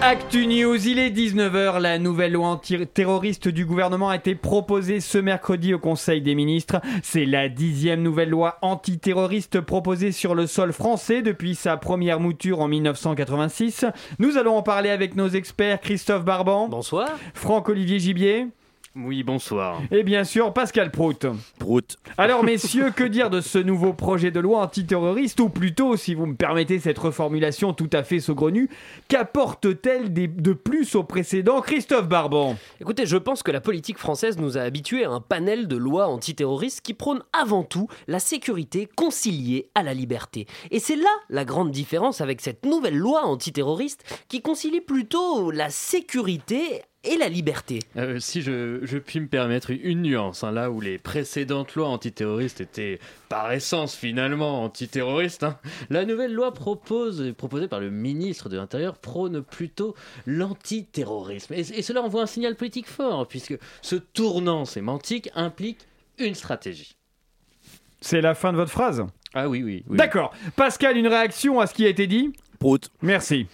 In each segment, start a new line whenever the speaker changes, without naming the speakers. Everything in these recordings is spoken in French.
Actu News, il est 19h. La nouvelle loi antiterroriste du gouvernement a été proposée ce mercredi au Conseil des ministres. C'est la dixième nouvelle loi antiterroriste proposée sur le sol français depuis sa première mouture en 1986. Nous allons en parler avec nos experts Christophe Barban.
Bonsoir.
Franck-Olivier Gibier.
Oui, bonsoir.
Et bien sûr, Pascal Prout.
Prout.
Alors, messieurs, que dire de ce nouveau projet de loi antiterroriste Ou plutôt, si vous me permettez cette reformulation tout à fait saugrenue, qu'apporte-t-elle des- de plus au précédent Christophe Barban
Écoutez, je pense que la politique française nous a habitués à un panel de lois antiterroristes qui prônent avant tout la sécurité conciliée à la liberté. Et c'est là la grande différence avec cette nouvelle loi antiterroriste qui concilie plutôt la sécurité et la liberté.
Euh, si je, je puis me permettre une nuance, hein, là où les précédentes lois antiterroristes étaient par essence finalement antiterroristes, hein, la nouvelle loi propose, proposée par le ministre de l'Intérieur prône plutôt l'antiterrorisme. Et, et cela envoie un signal politique fort, puisque ce tournant sémantique implique une stratégie.
C'est la fin de votre phrase
Ah oui, oui. oui.
D'accord. Pascal, une réaction à ce qui a été dit
Prout.
Merci.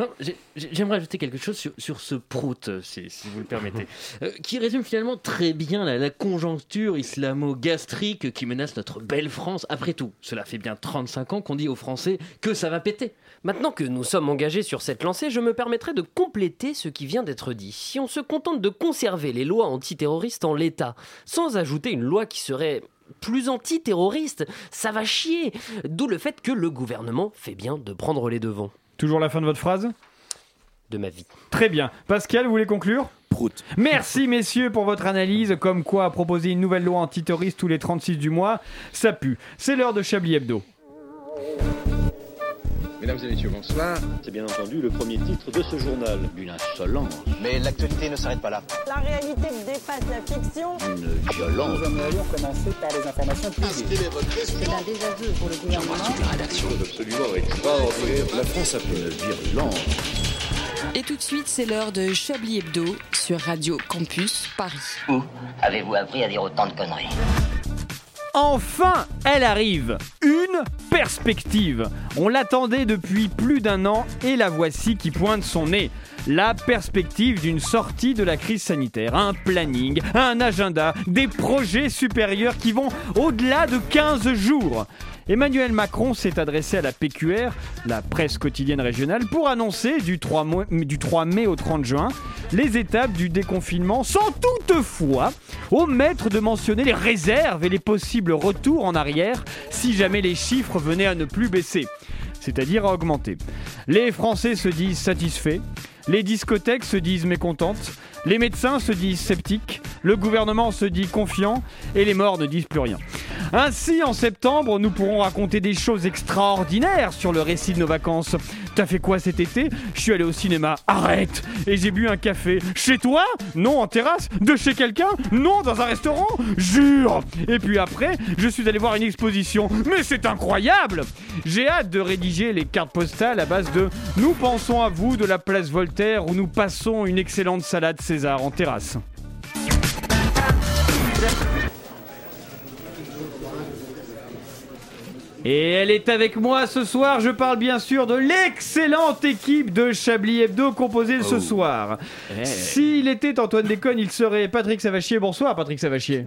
Non, j'ai- j'ai- J'aimerais ajouter quelque chose sur, sur ce prout, euh, si, si vous le permettez, euh, qui résume finalement très bien la, la conjoncture islamo-gastrique qui menace notre belle France. Après tout, cela fait bien 35 ans qu'on dit aux Français que ça va péter.
Maintenant que nous sommes engagés sur cette lancée, je me permettrai de compléter ce qui vient d'être dit. Si on se contente de conserver les lois antiterroristes en l'état, sans ajouter une loi qui serait plus antiterroriste, ça va chier. D'où le fait que le gouvernement fait bien de prendre les devants
Toujours la fin de votre phrase
de ma vie.
Très bien. Pascal, vous voulez conclure
Prout.
Merci messieurs pour votre analyse, comme quoi proposer une nouvelle loi antiterroriste tous les 36 du mois, ça pue. C'est l'heure de Chablis Hebdo.
Mesdames et messieurs, bonsoir.
C'est bien entendu le premier titre de ce journal. Une insolence,
Mais l'actualité ne s'arrête pas là.
La réalité dépasse la fiction.
une violence.
C'est un désaveu pour le gouvernement.
La France a fait une virulence.
Et tout de suite, c'est l'heure de Chablis Hebdo sur Radio Campus Paris.
Où avez-vous appris à dire autant de conneries
Enfin, elle arrive. Une perspective. On l'attendait depuis plus d'un an et la voici qui pointe son nez. La perspective d'une sortie de la crise sanitaire, un planning, un agenda, des projets supérieurs qui vont au-delà de 15 jours. Emmanuel Macron s'est adressé à la PQR, la presse quotidienne régionale, pour annoncer du 3, mois- du 3 mai au 30 juin les étapes du déconfinement, sans toutefois omettre de mentionner les réserves et les possibles retours en arrière si jamais les chiffres venaient à ne plus baisser, c'est-à-dire à augmenter. Les Français se disent satisfaits, les discothèques se disent mécontentes, les médecins se disent sceptiques, le gouvernement se dit confiant et les morts ne disent plus rien. Ainsi, en septembre, nous pourrons raconter des choses extraordinaires sur le récit de nos vacances. T'as fait quoi cet été Je suis allé au cinéma. Arrête Et j'ai bu un café. Chez toi Non, en terrasse De chez quelqu'un Non, dans un restaurant Jure Et puis après, je suis allé voir une exposition. Mais c'est incroyable J'ai hâte de rédiger les cartes postales à base de Nous pensons à vous de la place Voltaire où nous passons une excellente salade César en terrasse. Et elle est avec moi ce soir. Je parle bien sûr de l'excellente équipe de Chablis Hebdo composée ce soir. S'il était Antoine Déconne, il serait Patrick Savachier. Bonsoir Patrick Savachier.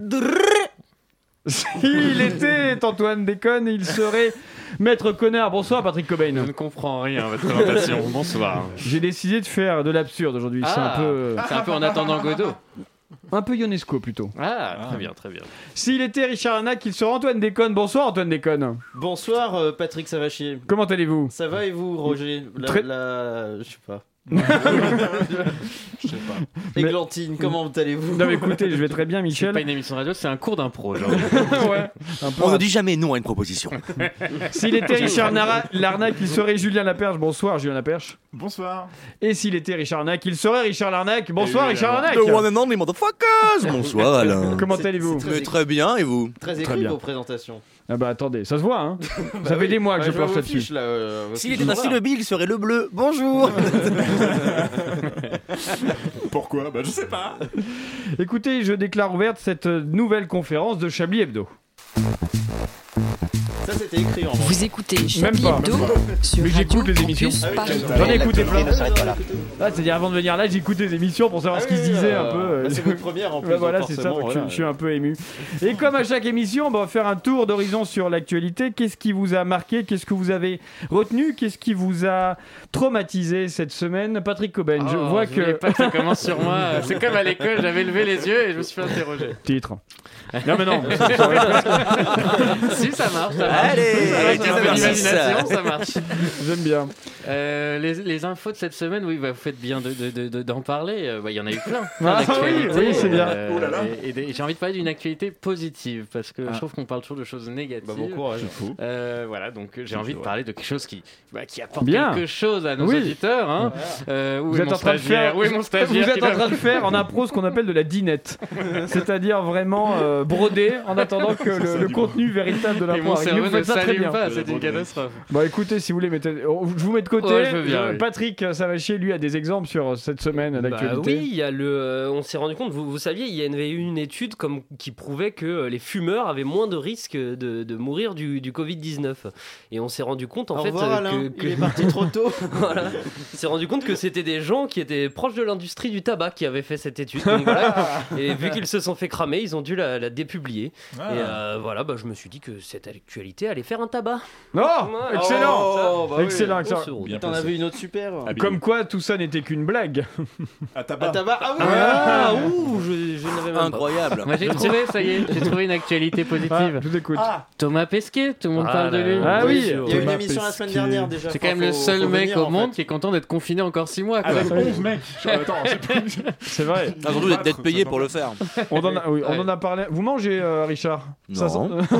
S'il était Antoine Déconne, il serait Maître Connard. Bonsoir Patrick Cobain.
comprends rien à votre présentation. Bonsoir. Ah.
J'ai décidé de faire de l'absurde aujourd'hui. C'est un peu,
C'est un peu en attendant Godot.
un peu Ionesco plutôt.
Ah, très bien, très bien.
S'il était Richard Anac, il serait Antoine Déconne. Bonsoir Antoine Déconne.
Bonsoir euh, Patrick Savachier.
Comment allez-vous
Ça va et vous Roger la,
Très-
la- Je sais pas. Je sais pas. Églantine, comment allez-vous
Non mais écoutez, je vais très bien
C'est pas
Michel.
une émission radio, c'est un cours d'impro. genre.
Ouais. Un peu
On ne dit jamais non à une proposition.
S'il était Richard Nara- Larnac, il serait Julien Laperche. Bonsoir, Julien Laperche.
Bonsoir.
Et s'il était Richard Larnac, il serait Richard Larnac. Bonsoir, Richard
Évidemment.
Larnac.
The one and only motherfuckers Bonsoir Alain.
Comment
C'est-
allez-vous
c'est
Mais très bien, et vous
Très
Très
écrit
bien.
vos présentations.
Ah bah attendez, ça se voit, hein.
Bah
Ça fait des mois que je
parle
planche là-dessus.
euh,
S'il était ainsi le il serait le bleu. Bonjour
Pourquoi Bah je sais pas.
Écoutez, je déclare ouverte cette nouvelle conférence de Chablis Hebdo.
Ça, c'était écrit en
Vous écoutez
Même
Chablis
pas,
Hebdo
même
sur
Mais
Radio
j'écoute les émissions.
Campus
Ah
Paris.
J'en ai écouté plein.
L'actualité ne s'arrête pas là.
Ah, C'est-à-dire avant de venir là, j'écoute les émissions pour
Ah
savoir ce qu'ils se disaient un peu. euh,
c'est votre première en plus.
Bah voilà,
donc
c'est ça,
forcément,
donc je,
voilà.
je suis un peu ému. Et comme à chaque émission, bah, on va faire un tour d'horizon sur l'actualité. Qu'est-ce qui vous a marqué Qu'est-ce que vous avez retenu Qu'est-ce qui vous a traumatisé cette semaine Patrick Cobain, je
Oh,
vois
je voulais
que.
pas que ça commence sur moi. C'est comme à l'école, j'avais levé les yeux et je me suis fait interroger.
Titre. Non, mais non.
si ça marche, ça marche.
Allez,
Avec un peu
15h06.
d'imagination, ça marche.
J'aime bien.
Euh, les, les infos de cette semaine, oui, bah, vous faites bien d'en de, de, d'en parler. Euh, bah, Il y en a eu plein. plein
Ah oui,
d'actualités.
oui, c'est bien.
Euh,
Oh là là.
Et, et des- j'ai envie de parler d'une actualité positive parce que
Ah.
je trouve qu'on parle toujours de choses négatives.
Bah, bon courage.
Euh, voilà, donc euh, j'ai envie de parler de quelque chose qui, bah, qui apporte
Bien.
quelque chose à nos
Oui.
auditeurs. Hein. Euh, où
Vous
est
êtes
mon
en train de
stagiaire
faire.
Où est mon
Vous
stagiaire qui
êtes en
doit-
train de faire en impro ce qu'on appelle de la dinette. C'est-à-dire vraiment euh, broder en attendant que le, le contenu véritable de
Et
l'impro
mon
arrive.
cerveau
Vous
ne
faites ça très
s'allume
bien.
pas, c'est une catastrophe.
Bon, Bah, écoutez, si vous voulez, mettez... on- je vous mets de côté.
Ouais, je veux bien,
Euh,
oui.
Patrick Savachier, lui, a des exemples sur euh, cette semaine
Bah
d'actualité.
oui, il y a le, euh, on s'est rendu compte, vous, vous saviez, il y avait eu une étude comme, qui prouvait que euh, les fumeurs avaient moins de risques de, de mourir du, du Covid-19. Et on s'est rendu compte en
Au
fait
revoir,
euh,
Alain.
que, que-
Il est parti trop tôt.
voilà. On s'est rendu compte que c'était des gens qui étaient proches de l'industrie du tabac qui avaient fait cette étude. Donc voilà. Et vu qu'ils se sont fait cramer, ils ont dû la, la dépublier.
Ah.
Et euh, voilà, bah, je me suis dit que cette actualité allait faire un tabac.
Non,
Ouais.
excellent,
Oh, bah oui.
excellent, excellent.
Au second.
Bien
T'en
placé.
avais une autre super.
Ah,
Comme quoi, tout ça n'était qu'une blague.
À
Ah,
tabac.
tabac. Ah oui.
Ah, ouh, je, je n'avais même pas.
Incroyable.
Moi j'ai trouvé, ça y est, j'ai trouvé une actualité
Ah,
positive.
je vous écoute.
Thomas Pesquet, tout le monde
Ah
parle de
là
lui.
là.
Ah oui,
Il y a eu une
Thomas
émission la semaine
Pesquet.
dernière déjà.
C'est quand même
Enfin,
le
faut-
seul
faut
mec
venir,
au
en
monde
fait.
qui est content d'être confiné encore 6 mois. quoi.
Avec 11 mecs. Genre, Attends, c'est plus.
C'est vrai.
Ah, surtout d'être- d'être payé pour le faire.
On en a, oui, on
Ouais.
en a parlé. Vous mangez, euh, Richard Ça sent-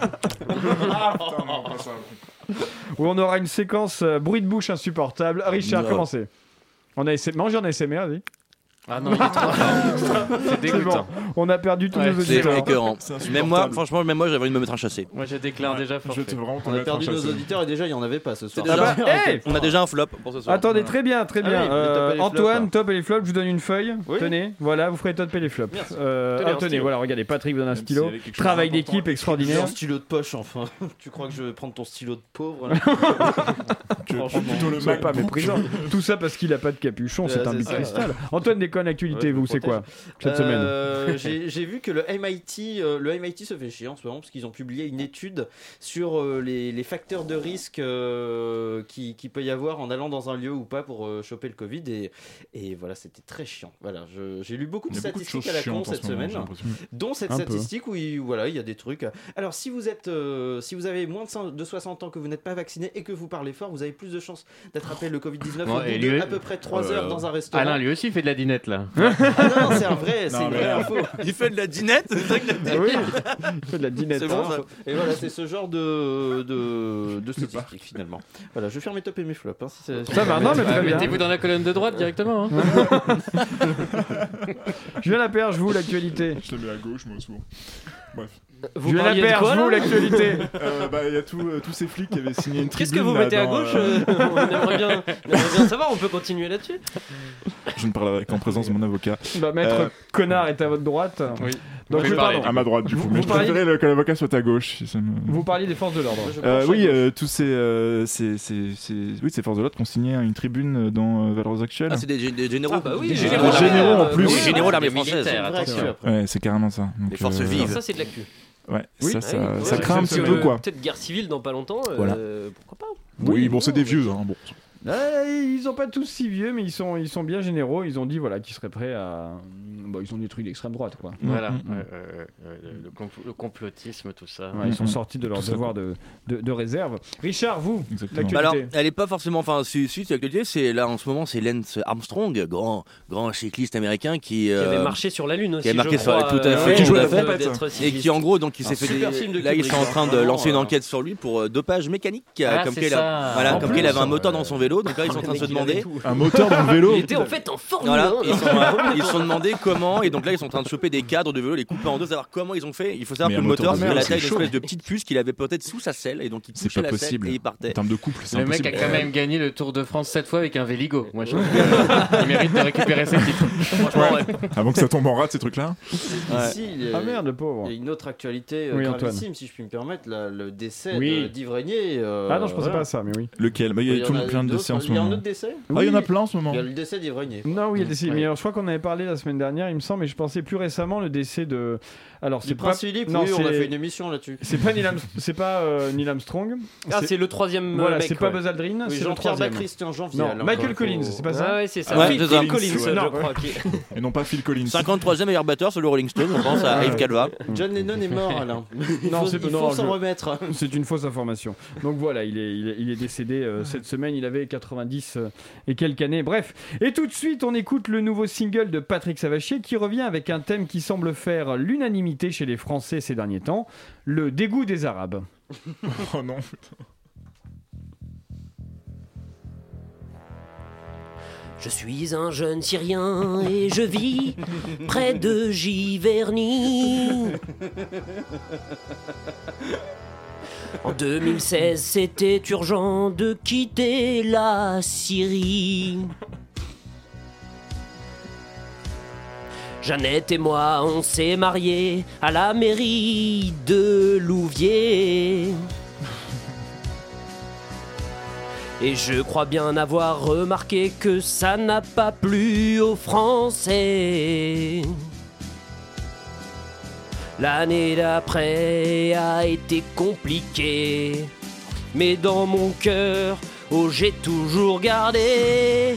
Ah, putain, non, pas ça.
Oui, on aura une séquence euh, bruit de bouche insupportable. Richard,
Non.
commencez. On a essayé manger en ASMR, vas-y.
Ah non, il est trop fort. C'est
C'est bon.
dégoûtant.
On a perdu tous
Ouais,
nos
C'est
auditeurs.
écœurant.
C'est
Même moi,
insupportable.
franchement, même moi, j'avais envie de me mettre un chassé.
Moi je déclare déjà
Je
forfait.
te vraiment
On a perdu nos auditeurs et déjà il y en avait pas ce soir.
C'est déjà-
Ah bah,
Hey
hey
On a déjà un flop pour ce soir.
Eh Attendez, très bien, très
Ah
bien.
oui, mais
Euh,
top et les flops,
Antoine,
hein.
là.
top et les flops, je vous donne une feuille.
Oui.
Tenez, voilà, vous ferez top et les flops.
Merci.
Euh,
Tenez,
ah,
un
tenez,
stylo.
voilà, regardez, Patrick donne un
Même s'il y
stylo.
avait quelque chose
Travail
d'important. hein.
d'équipe
J'ai
extraordinaire.
un stylo de poche enfin. tu crois que je vais prendre ton stylo de pauvre là
Prends plutôt le
Sois
Mac.
pas méprisant. Tout ça parce qu'il a pas de capuchon, c'est
Euh,
un
c'est
big
ça.
cristal. Antoine déconne
Ouais, je
actualité,
me
vous, c'est quoi
protège.
cette semaine
Euh, j'ai- J'ai vu que le MIT, euh, le MIT se fait chier en ce moment parce qu'ils ont publié une étude sur euh, les, les facteurs de risque euh, qui, qui peut y avoir en allant dans un lieu ou pas pour euh, choper le Covid et, et voilà c'était très chiant. Voilà, je- j'ai lu beaucoup de
Il y a beaucoup de
statistiques
choses
à la con
chiantes en
cette
ce moment,
semaine,
j'ai l'impression.
dont cette
Un peu.
statistique où il, voilà il y a des trucs. Alors si vous êtes, euh, si vous avez moins de, cin- de 60 ans que vous n'êtes pas vacciné et que vous parlez fort, vous avez plus de chances d'attraper le Covid 19
Ouais,
au bout
et
de
lui- euh,
à peu près 3
Oh là
heures
là.
dans un restaurant.
Alain lui aussi il fait de la dinette là.
Ah non, non, c'est un vrai, c'est
Non,
une
mais
vraie
alors.
info. Ah
Il fait de la dinette c'est vrai que la-
Oui, il fait de la dinette.
C'est bon, ça.
hein. Et voilà, c'est ce genre de, de, de statistiques finalement. Voilà, je ferme mes tops et mes flops. hein, si c'est-
Ça va, non, mais
Ah,
très bien.
Mettez-vous dans la colonne de droite directement. hein.
Julien Laperche, vous, l'actualité.
Je te mets à gauche, moi, souvent.
Vous
Julien
parliez de
Laperche,
quoi, là
vous, l'actualité.
Euh, bah, il y a tous, euh, tous ces flics qui avaient signé une
Qu'est-ce
tribune.
que vous
là,
mettez à
dans,
gauche
euh,
euh, On aimerait bien, on aimerait bien savoir, on peut continuer là-dessus
Je ne parlerai qu'en présence de mon avocat.
Bah, maître
Euh,
Connard est à votre droite.
Oui.
Donc,
Oui,
je-
parlez.
pardon.
À ma droite, du
Vous-
coup.
vous
Mais je
parlez-
préférais le- que l'avocat soit à gauche. si ça me-
Vous parliez des forces de l'ordre.
Moi, je
Euh,
penche
oui,
à gauche.
euh, tous ces, euh, ces, ces, ces- oui, ces forces de l'ordre qui ont signé une tribune euh, dans euh, Valeurs Actuelles.
Ah, c'est des, gé- des généraux.
Ah bah oui,
Des
euh,
généraux,
Des généraux, en
euh,
plus.
oui,
Des généraux de l'armée
des militaires,
française.
Vraie
attention.
actu, après.
ouais, c'est carrément ça. Donc, euh,
Les forces vives.
Ça, c'est de l'actu.
ah Ouais,
Oui.
ça, ça,
Ah Ouais,
ça
ouais,
craint un
ouais,
petit
parce
peu,
que
quoi.
Peut-être guerre civile dans pas longtemps. euh,
Voilà.
pourquoi pas
Oui, bon, c'est des vieux, hein. Bon.
Ah, ils sont pas tous si vieux, mais ils sont, ils sont bien généraux. Ils ont dit voilà qu'ils seraient prêts à. Bon, ils ont détruit l'extrême droite, quoi.
Voilà,
Mm,
ouais,
mm, mm.
ouais, Euh, ouais, le, le compl- le complotisme, tout ça.
Ouais, ils sont
Mhm.
sortis de leur
Tout ça,
devoir de, de, de réserve. Richard, vous
Exactement.
L'actu-
Bah alors,
Actualité.
elle est pas forcément. Enfin, si, si c'est l'actualité, c'est là en ce moment, c'est Lance Armstrong, grand, grand cycliste américain qui.
Il avait
euh,
marché sur la Lune aussi.
avait marqué
je
sur la-
crois,
tout à
euh,
fait,
avant
tout à
de-
fait.
d'être
Et
cycliste.
qui en gros donc il s'est
Un
fait
super
des-
film de
là ils
Kubrick,
sont en train de
vraiment,
lancer une
euh.
enquête sur lui pour euh, dopage mécanique euh,
Ah,
comme
c'est
qu'il a
ça.
voilà
En
comme
plus,
qu'il avait un
ouais.
moteur dans son vélo donc là ils sont en train de se demander
Un moteur dans le vélo.
Il était en fait en forme.
voilà
hein.
ils sont, euh, ils se sont demandé comment
Exactement. Et donc là, ils sont en train de choper des cadres de vélo, les couper en deux, savoir comment ils ont fait. Il faut savoir
Mais
que
un
le
moteur
moteur,
de
c'était
vélo,
la
c'est
taille d'une
chaud.
espèce de petite puce qu'il avait peut-être sous sa selle. Et donc, il
C'est
touchait
pas
la selle
possible.
et il
En
partait.
termes de couple, c'est
Le mec
impossible.
a quand même gagné le Tour de France 7 fois avec un Véligo. Moi, je... euh, il mérite de récupérer ses titres.
Franchement, ouais.
Avant que ça tombe en rate, ces trucs-là.
Ouais.
Ici, il y a-
Ah merde, le pauvre.
il y a une autre actualité euh,
Oui, Antoine.
gravissime, si je puis me permettre, la- le décès
Oui.
de- d'Yves Régnier. euh,
Ah non, je pensais
voilà.
pas à ça, mais oui.
Lequel Bah, Il y a tout
en
le plein de
d'autres.
décès en ce
Il y a un
moment.
autre décès
Ah, il y en a
Oui.
plein en ce moment.
Il y a le décès d'Yves Régnier.
Non, oui, il y a le décès.
Ouais.
Mais euh, je crois qu'on en avait parlé la semaine dernière, il me semble, mais je pensais plus récemment le décès de. Alors,
C'est
c'est pas.
Prince Philippe,
non,
oui, on
c'est-
a fait une émission là-dessus.
C'est pas Neil, Am- c'est pas, euh, Neil Armstrong.
Ah,
C'est-
c'est le troisième euh,
Voilà,
mec.
c'est pas
ouais.
Buzz Aldrin,
Oui,
c'est le
Jean-Pierre
troisième.
Bach, Christian Janvier.
Non,
là,
Michael
encore,
Collins,
faut-
c'est pas ça Ah,
Ouais, ouais, c'est ça.
Ouais,
Phil-
Ah,
Phil
c'est ça.
Collins,
Ouais.
je
Non.
crois. qui-
Et non pas Phil Collins.
53 e meilleur batteur sur le Rolling Stone, on pense à Yves Calva.
John Lennon est mort, Alain. Il
Ah, Non,
faut,
c'est-
il faut
non,
s'en
je-
remettre.
C'est une fausse information. Donc voilà, il est, il est, il est décédé
Ah.
euh, cette semaine. Il avait 90 euh, et quelques années. Bref. Et tout de suite, on écoute le nouveau single de Patrick Savachier qui revient avec un thème qui semble faire l'unanimité chez les Français ces derniers temps le dégoût des Arabes.
Oh non.
Je suis un jeune Syrien et je vis près de Giverny. En 2016, c'était urgent de quitter la Syrie. Jeannette et moi, on s'est mariés à la mairie de Louviers. Et je crois bien avoir remarqué que ça n'a pas plu aux Français. L'année d'après a été compliquée, mais dans mon cœur, oh j'ai toujours gardé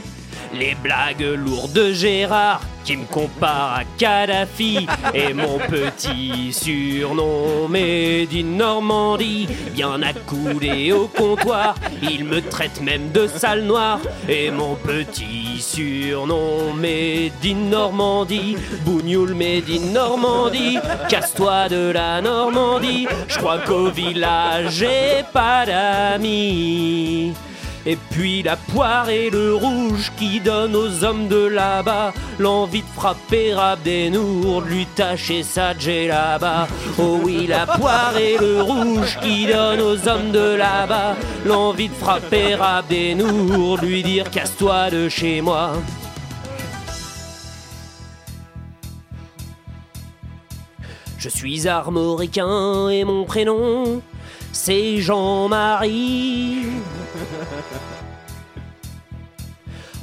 les blagues lourdes de Gérard qui me compare à Kadhafi et mon petit surnom Made in Normandie, bien accoudé au comptoir, il me traite même de sale noire et mon petit surnom Made in Normandie, Bougnoul Made in Normandie, casse-toi de la Normandie, je crois qu'au village j'ai pas d'amis. Et puis la poire et le rouge qui donnent aux hommes de là-bas l'envie de frapper Abdenour, de lui tacher sa djellaba. Oh oui, la poire et le rouge qui donnent aux hommes de là-bas l'envie de frapper Abdenour, de lui dire casse-toi de chez moi. Je suis armoricain et mon prénom c'est Jean-Marie.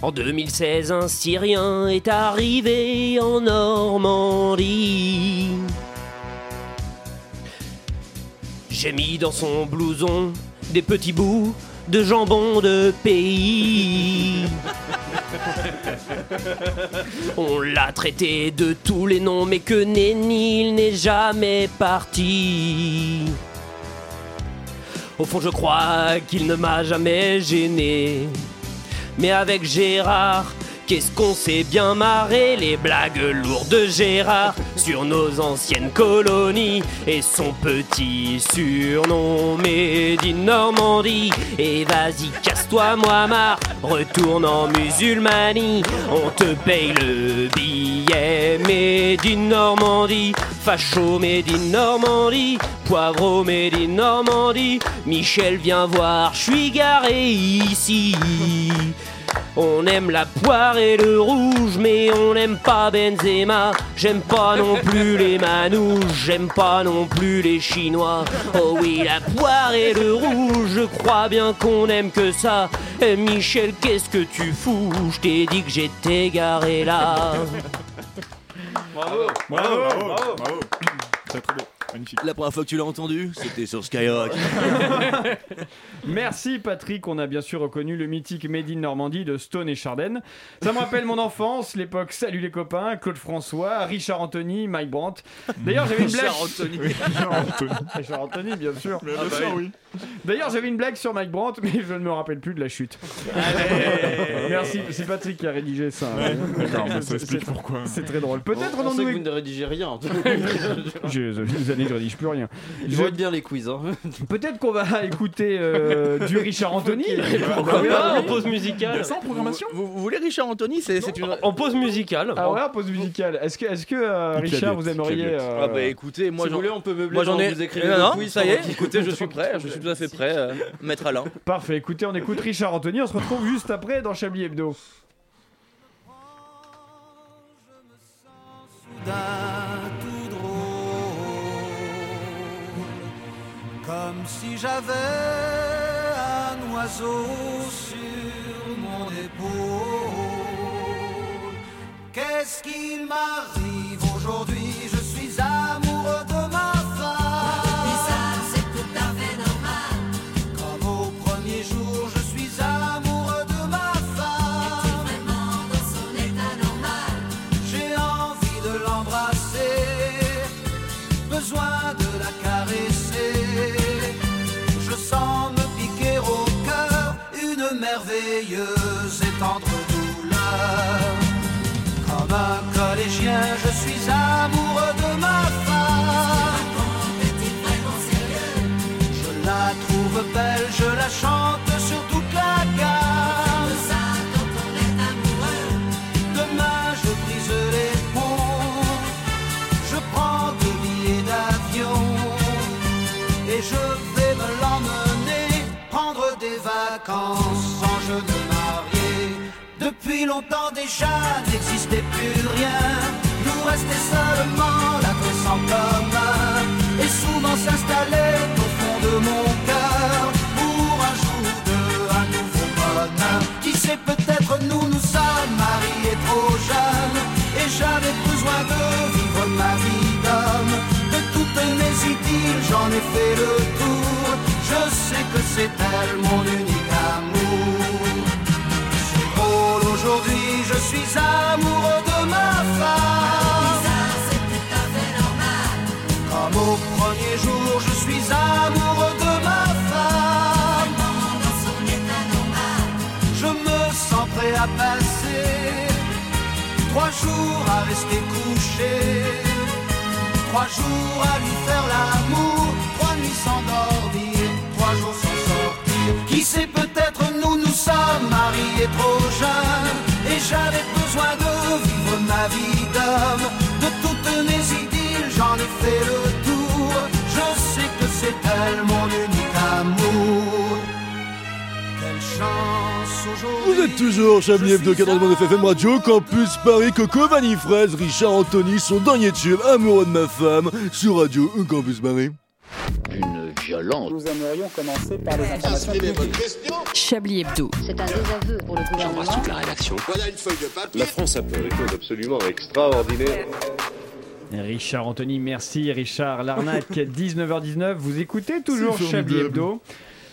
En 2016, un Syrien est arrivé en Normandie. J'ai mis dans son blouson des petits bouts de jambon de pays. On l'a traité de tous les noms, mais que nenni, il n'est jamais parti. Au fond, je crois qu'il ne m'a jamais gêné. Mais avec Gérard, qu'est-ce qu'on s'est bien marré les blagues lourdes de Gérard sur nos anciennes colonies et son petit surnom Made in Normandie. Et vas-y, casse-toi, Mohamar, retourne en musulmanie. On te paye le billet Made in Normandie, facho Made in Normandie, poivreau Made in Normandie. Michel, viens voir, je suis garé ici. On aime la poire et le rouge, mais on n'aime pas Benzema. J'aime pas non plus les manouches, j'aime pas non plus les Chinois. Oh oui, la poire et le rouge, je crois bien qu'on aime que ça. Eh, Michel, qu'est-ce que tu fous Je t'ai dit que j'étais garé là.
Bravo.
Bravo, bravo, bravo. Très très beau. Magnifique.
La première fois que tu l'as entendu, c'était sur Skyrock.
Merci Patrick, on a bien sûr reconnu le mythique Made in Normandie de Stone et Charden. Ça me rappelle mon enfance, l'époque Salut les copains, Claude François, Richard Anthony, Mike Brandt. D'ailleurs, j'avais une blague.
Richard Anthony.
Jean-Anthony.
Richard Anthony, bien sûr.
Bien sûr, oui.
D'ailleurs, j'avais une blague sur Mike Brandt, mais je ne me rappelle plus de la chute.
Allez
Merci, c'est Patrick qui a rédigé ça.
D'accord, mais
C'est-
ça explique
c'est-
pourquoi.
C'est très drôle. euh, Peut-être
on, on
non
sait que vous ne rédigez rien.
J'ai des années que je rédige plus rien.
Je
Je-
vais bien les quiz. Hein.
Peut-être qu'on va écouter euh, du Richard Anthony.
Pourquoi pas
oui.
en pause musicale
Sans programmation
Vous, vous voulez Richard Anthony C'est c'est une.
En pause musicale
Ah ouais, en pause musicale. Est-ce que, est-ce que euh,
Une
Richard,
claviote,
vous aimeriez.
claviote.
euh,
Ah bah écoutez, moi
si vous
j'en
voulez, on peut meubler.
moi j'en
quand
ai.
Vous écrivez
Non,
le
non,
quiz
ça y
pendant
est.
qu'il-
Écoutez, je suis prêt, je suis tout à fait prêt, euh, maître Alain.
Parfait, écoutez, on écoute Richard Anthony. On se retrouve juste après dans Chablis Hebdo.
Comme si j'avais un oiseau sur mon épaule. Qu'est-ce qu'il m'arrive aujourd'hui Je suis amoureux de ma femme. Et ça, c'est tout à fait normal. Comme au premier jour, je suis amoureux de ma femme. vraiment dans son état normal J'ai envie de l'embrasser besoin de la caresser. Je sens me piquer au cœur une merveilleuse et tendre douleur. Comme un collégien, je suis amoureux de ma femme. Je la trouve belle, je la chante sur toute la gare. Demain, je brise les ponts. Je prends deux billets d'avion et je vais me l'emmener prendre des vacances sans jeune marié. Depuis longtemps déjà n'existait plus rien, nous restait seulement l'adresse en commun et souvent s'installait au fond de mon cœur pour un jour de un nouveau bonheur. Qui sait peut-être nous nous sommes mariés trop jeunes et j'avais besoin de vivre ma vie d'homme. De toutes mes idylles j'en ai fait le tour. Je sais que c'est elle mon unique amour. C'est drôle aujourd'hui je suis amoureux de ma femme. Comme au premier jour, je suis amoureux de ma femme. Je me sens prêt à passer trois jours à rester couché, trois jours à lui faire l'amour, trois nuits sans dormir, trois jours sans sortir. Qui sait peut-être nous nous sommes mariés trop jeunes et j'avais besoin de vivre ma vie d'homme. De toutes mes idylles, j'en ai fait le tour. Je sais que c'est elle mon unique amour. Quelle chance aujourd'hui.
Vous êtes toujours Chablis
Je
Hebdo
suis
92 FM Radio,
amoureux
Campus Paris, Coco Vanifraise, Richard Anthony, son dernier tube, Amoureux de ma femme, sur Radio Campus Paris.
D'une violence.
Nous aimerions commencer par les informations
Chablis Hebdo.
C'est un désaveu pour le gouvernement.
La France a fait des choses absolument extraordinaires.
Richard Anthony, merci. Richard Larnac, 19h19. Vous écoutez toujours
C'est
Chablis
formidable.
Hebdo.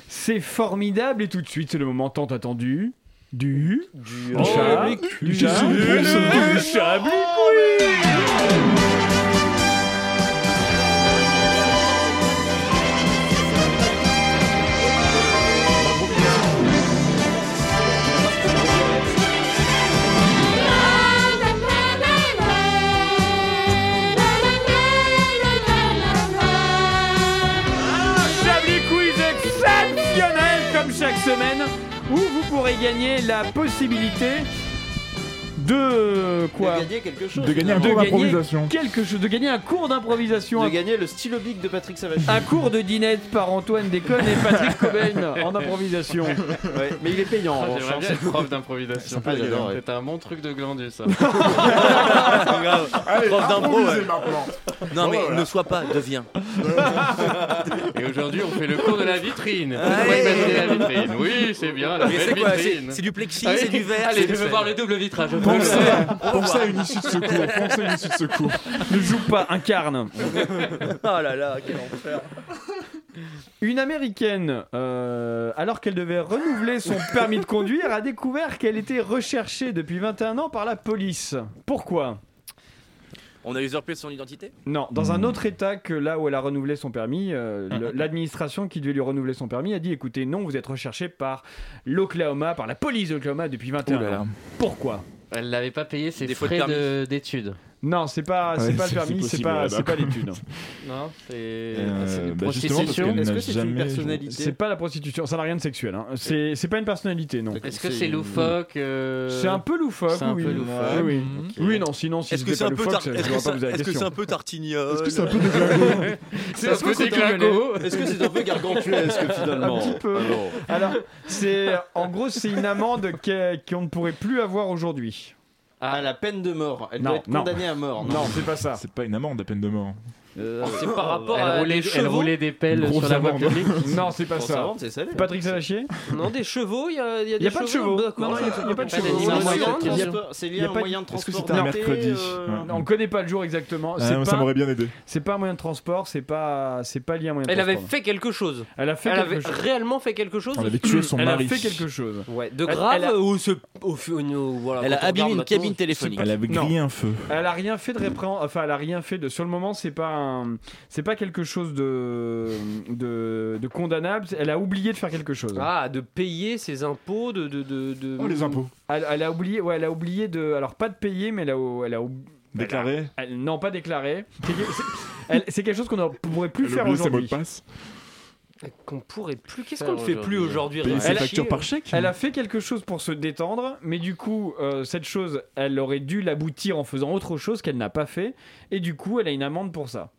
C'est formidable et tout de suite, c'est le moment tant attendu du.
Du-
Du chat.
Oh,
Du chat.
Chablis Quiz.
Du Chablis Quiz. Un Chablis Quiz exceptionnel comme chaque semaine où vous pourrez gagner la possibilité de quoi
De gagner quelque chose.
De gagner un
De
cours
gagner.
d'improvisation.
quelque chose de gagner un cours d'improvisation
De
un,
gagner le stylo bic de Patrick Savage.
un cours de dinette par Antoine Déconne et Patrick Cobain en improvisation
Ouais, mais il est payant. en revanche,
Ah, J'aimerais
hein.
bien être prof d'improvisation.
Ah, j'adore, ouais.
C'est un bon truc de glandu, ça.
Allez,
Prof d'impro,
improvisez
ouais.
maintenant.
Oh
Non mais
voilà.
ne sois pas, deviens.
Et aujourd'hui, on fait le cours de la vitrine.
Allez.
Pourquoi imaginer la vitrine Oui, c'est bien, la
Mais
belle
c'est quoi C'est
vitrine.
c'est du plexi,
Allez,
c'est du verre.
Allez, je
c'est du
veux
fer.
voir le double vitrage.
Pensez à- pensez à une issue de secours. Pensez à une issue de secours.
ne joue pas incarne
Oh là là, quel enfer.
une américaine euh, alors qu'elle devait renouveler son permis de conduire a découvert qu'elle était recherchée depuis 21 ans par la police pourquoi
On a usurpé son identité
Non, dans un autre état que là où elle a renouvelé son permis, euh, le- l'administration qui devait lui renouveler son permis a dit écoutez, non, vous êtes recherché par l'Oklahoma, par la police d'Oklahoma depuis 21
Ouh là là.
ans. Pourquoi
Elle l'avait pas payé ses
Des fois de
frais
permis.
de- d'études.
Non, c'est pas, c'est
Ouais,
pas
c'est-
le permis,
c'est
c'est
possible,
pas,
là-bas.
c'est pas l'étude.
Non, c'est. Ah,
Euh,
c'est une
bah, justement, parce
prostitution.
qu'elle
Est-ce
n'a
que c'est une
jamais-
personnalité
C'est pas la prostitution, ça n'a rien de sexuel. hein. C'est c'est pas une personnalité, non.
Est-ce que c'est loufoque euh,
C'est un peu loufoque,
C'est un
oui.
peu loufoque.
Oui, oui. Oui, non, sinon, si
Est-ce que
c'était
c'est
pas
un peu
loufoque,
tar-
ça- je
est-ce que
n'aurais
c'est
pas posé la
est-ce que c'est
question.
un peu euh, tartignol Est-ce que
c'est un peu des glingos
C'est un peu des glingos
Est-ce que c'est un peu gargantuesque finalement
Un petit peu.
Alors.
Alors, c'est en gros, c'est une amende qu'est- qu'on ne pourrait plus avoir aujourd'hui.
Ah, la peine de mort. Elle
Non,
doit être
non.
condamnée à mort.
Non, c'est pas ça.
C'est pas une amende à peine de mort.
c'est
euh,
par
Oh,
rapport
Elle
à
roulait-
des
elle
chevaux
roulait des pelles Grosse sur la voie amende. publique.
Non, c'est pas
Grosse
ça.
amende, c'est ça, les
Patrick Salachier
Non, des chevaux, il y a, il
Il
y a
n'y
des
a pas de chevaux.
chevaux. D'accord.
Non, non, il n'y a, il y a pas de chevaux.
d'animaux.
Il y a-
C'est lié
il y a
à un
pas de-
moyen de
Est-ce que
transport
c'était un
d'arrêté,
mercredi
euh,
Non, On ne connaît pas le jour exactement.
Ah,
Oh, C'est
moi,
pas-
ça m'aurait bien aidé.
C'est pas un moyen de transport, c'est pas, c'est pas lié à un moyen de
Elle avait
transport.
fait quelque chose.
Elle a fait
Elle
quelque
avait
chose.
réellement fait quelque chose.
Elle a fait quelque chose.
Ouais, de grave
Elle- elle a-
ou ce, au, au- au- voilà,
Elle a
quand on
abîmé
regarde
une
maintenant,
cabine
c'est
téléphonique.
pas-
Elle avait
Non.
grillé un feu.
Elle a rien fait de répréhensible. Enfin, elle a rien fait de. Sur le moment, c'est pas un- c'est pas quelque chose de... de de condamnable. Elle a oublié de faire quelque chose.
Ah, de payer ses impôts, de. de, de,
Oh,
de-
Elle, elle a oublié. Ouais, elle a oublié de. Alors pas de payer, mais elle a. Elle a oub-
Déclaré
elle a- elle- Non, pas déclaré. C'est quelque- c'est- elle- C'est quelque chose qu'on ne pourrait plus
Elle a
faire
oublié ses mots
aujourd'hui.
de passe.
Qu'on pourrait plus. Qu'est-ce
Faire
qu'on ne fait plus aujourd'hui
aujourd'hui.
Payer ses
Elle a-
factures par chèque
Elle a fait quelque chose pour se détendre, mais du coup, euh, cette chose, elle aurait dû l'aboutir en faisant autre chose qu'elle n'a pas fait, et du coup, elle a une amende pour ça,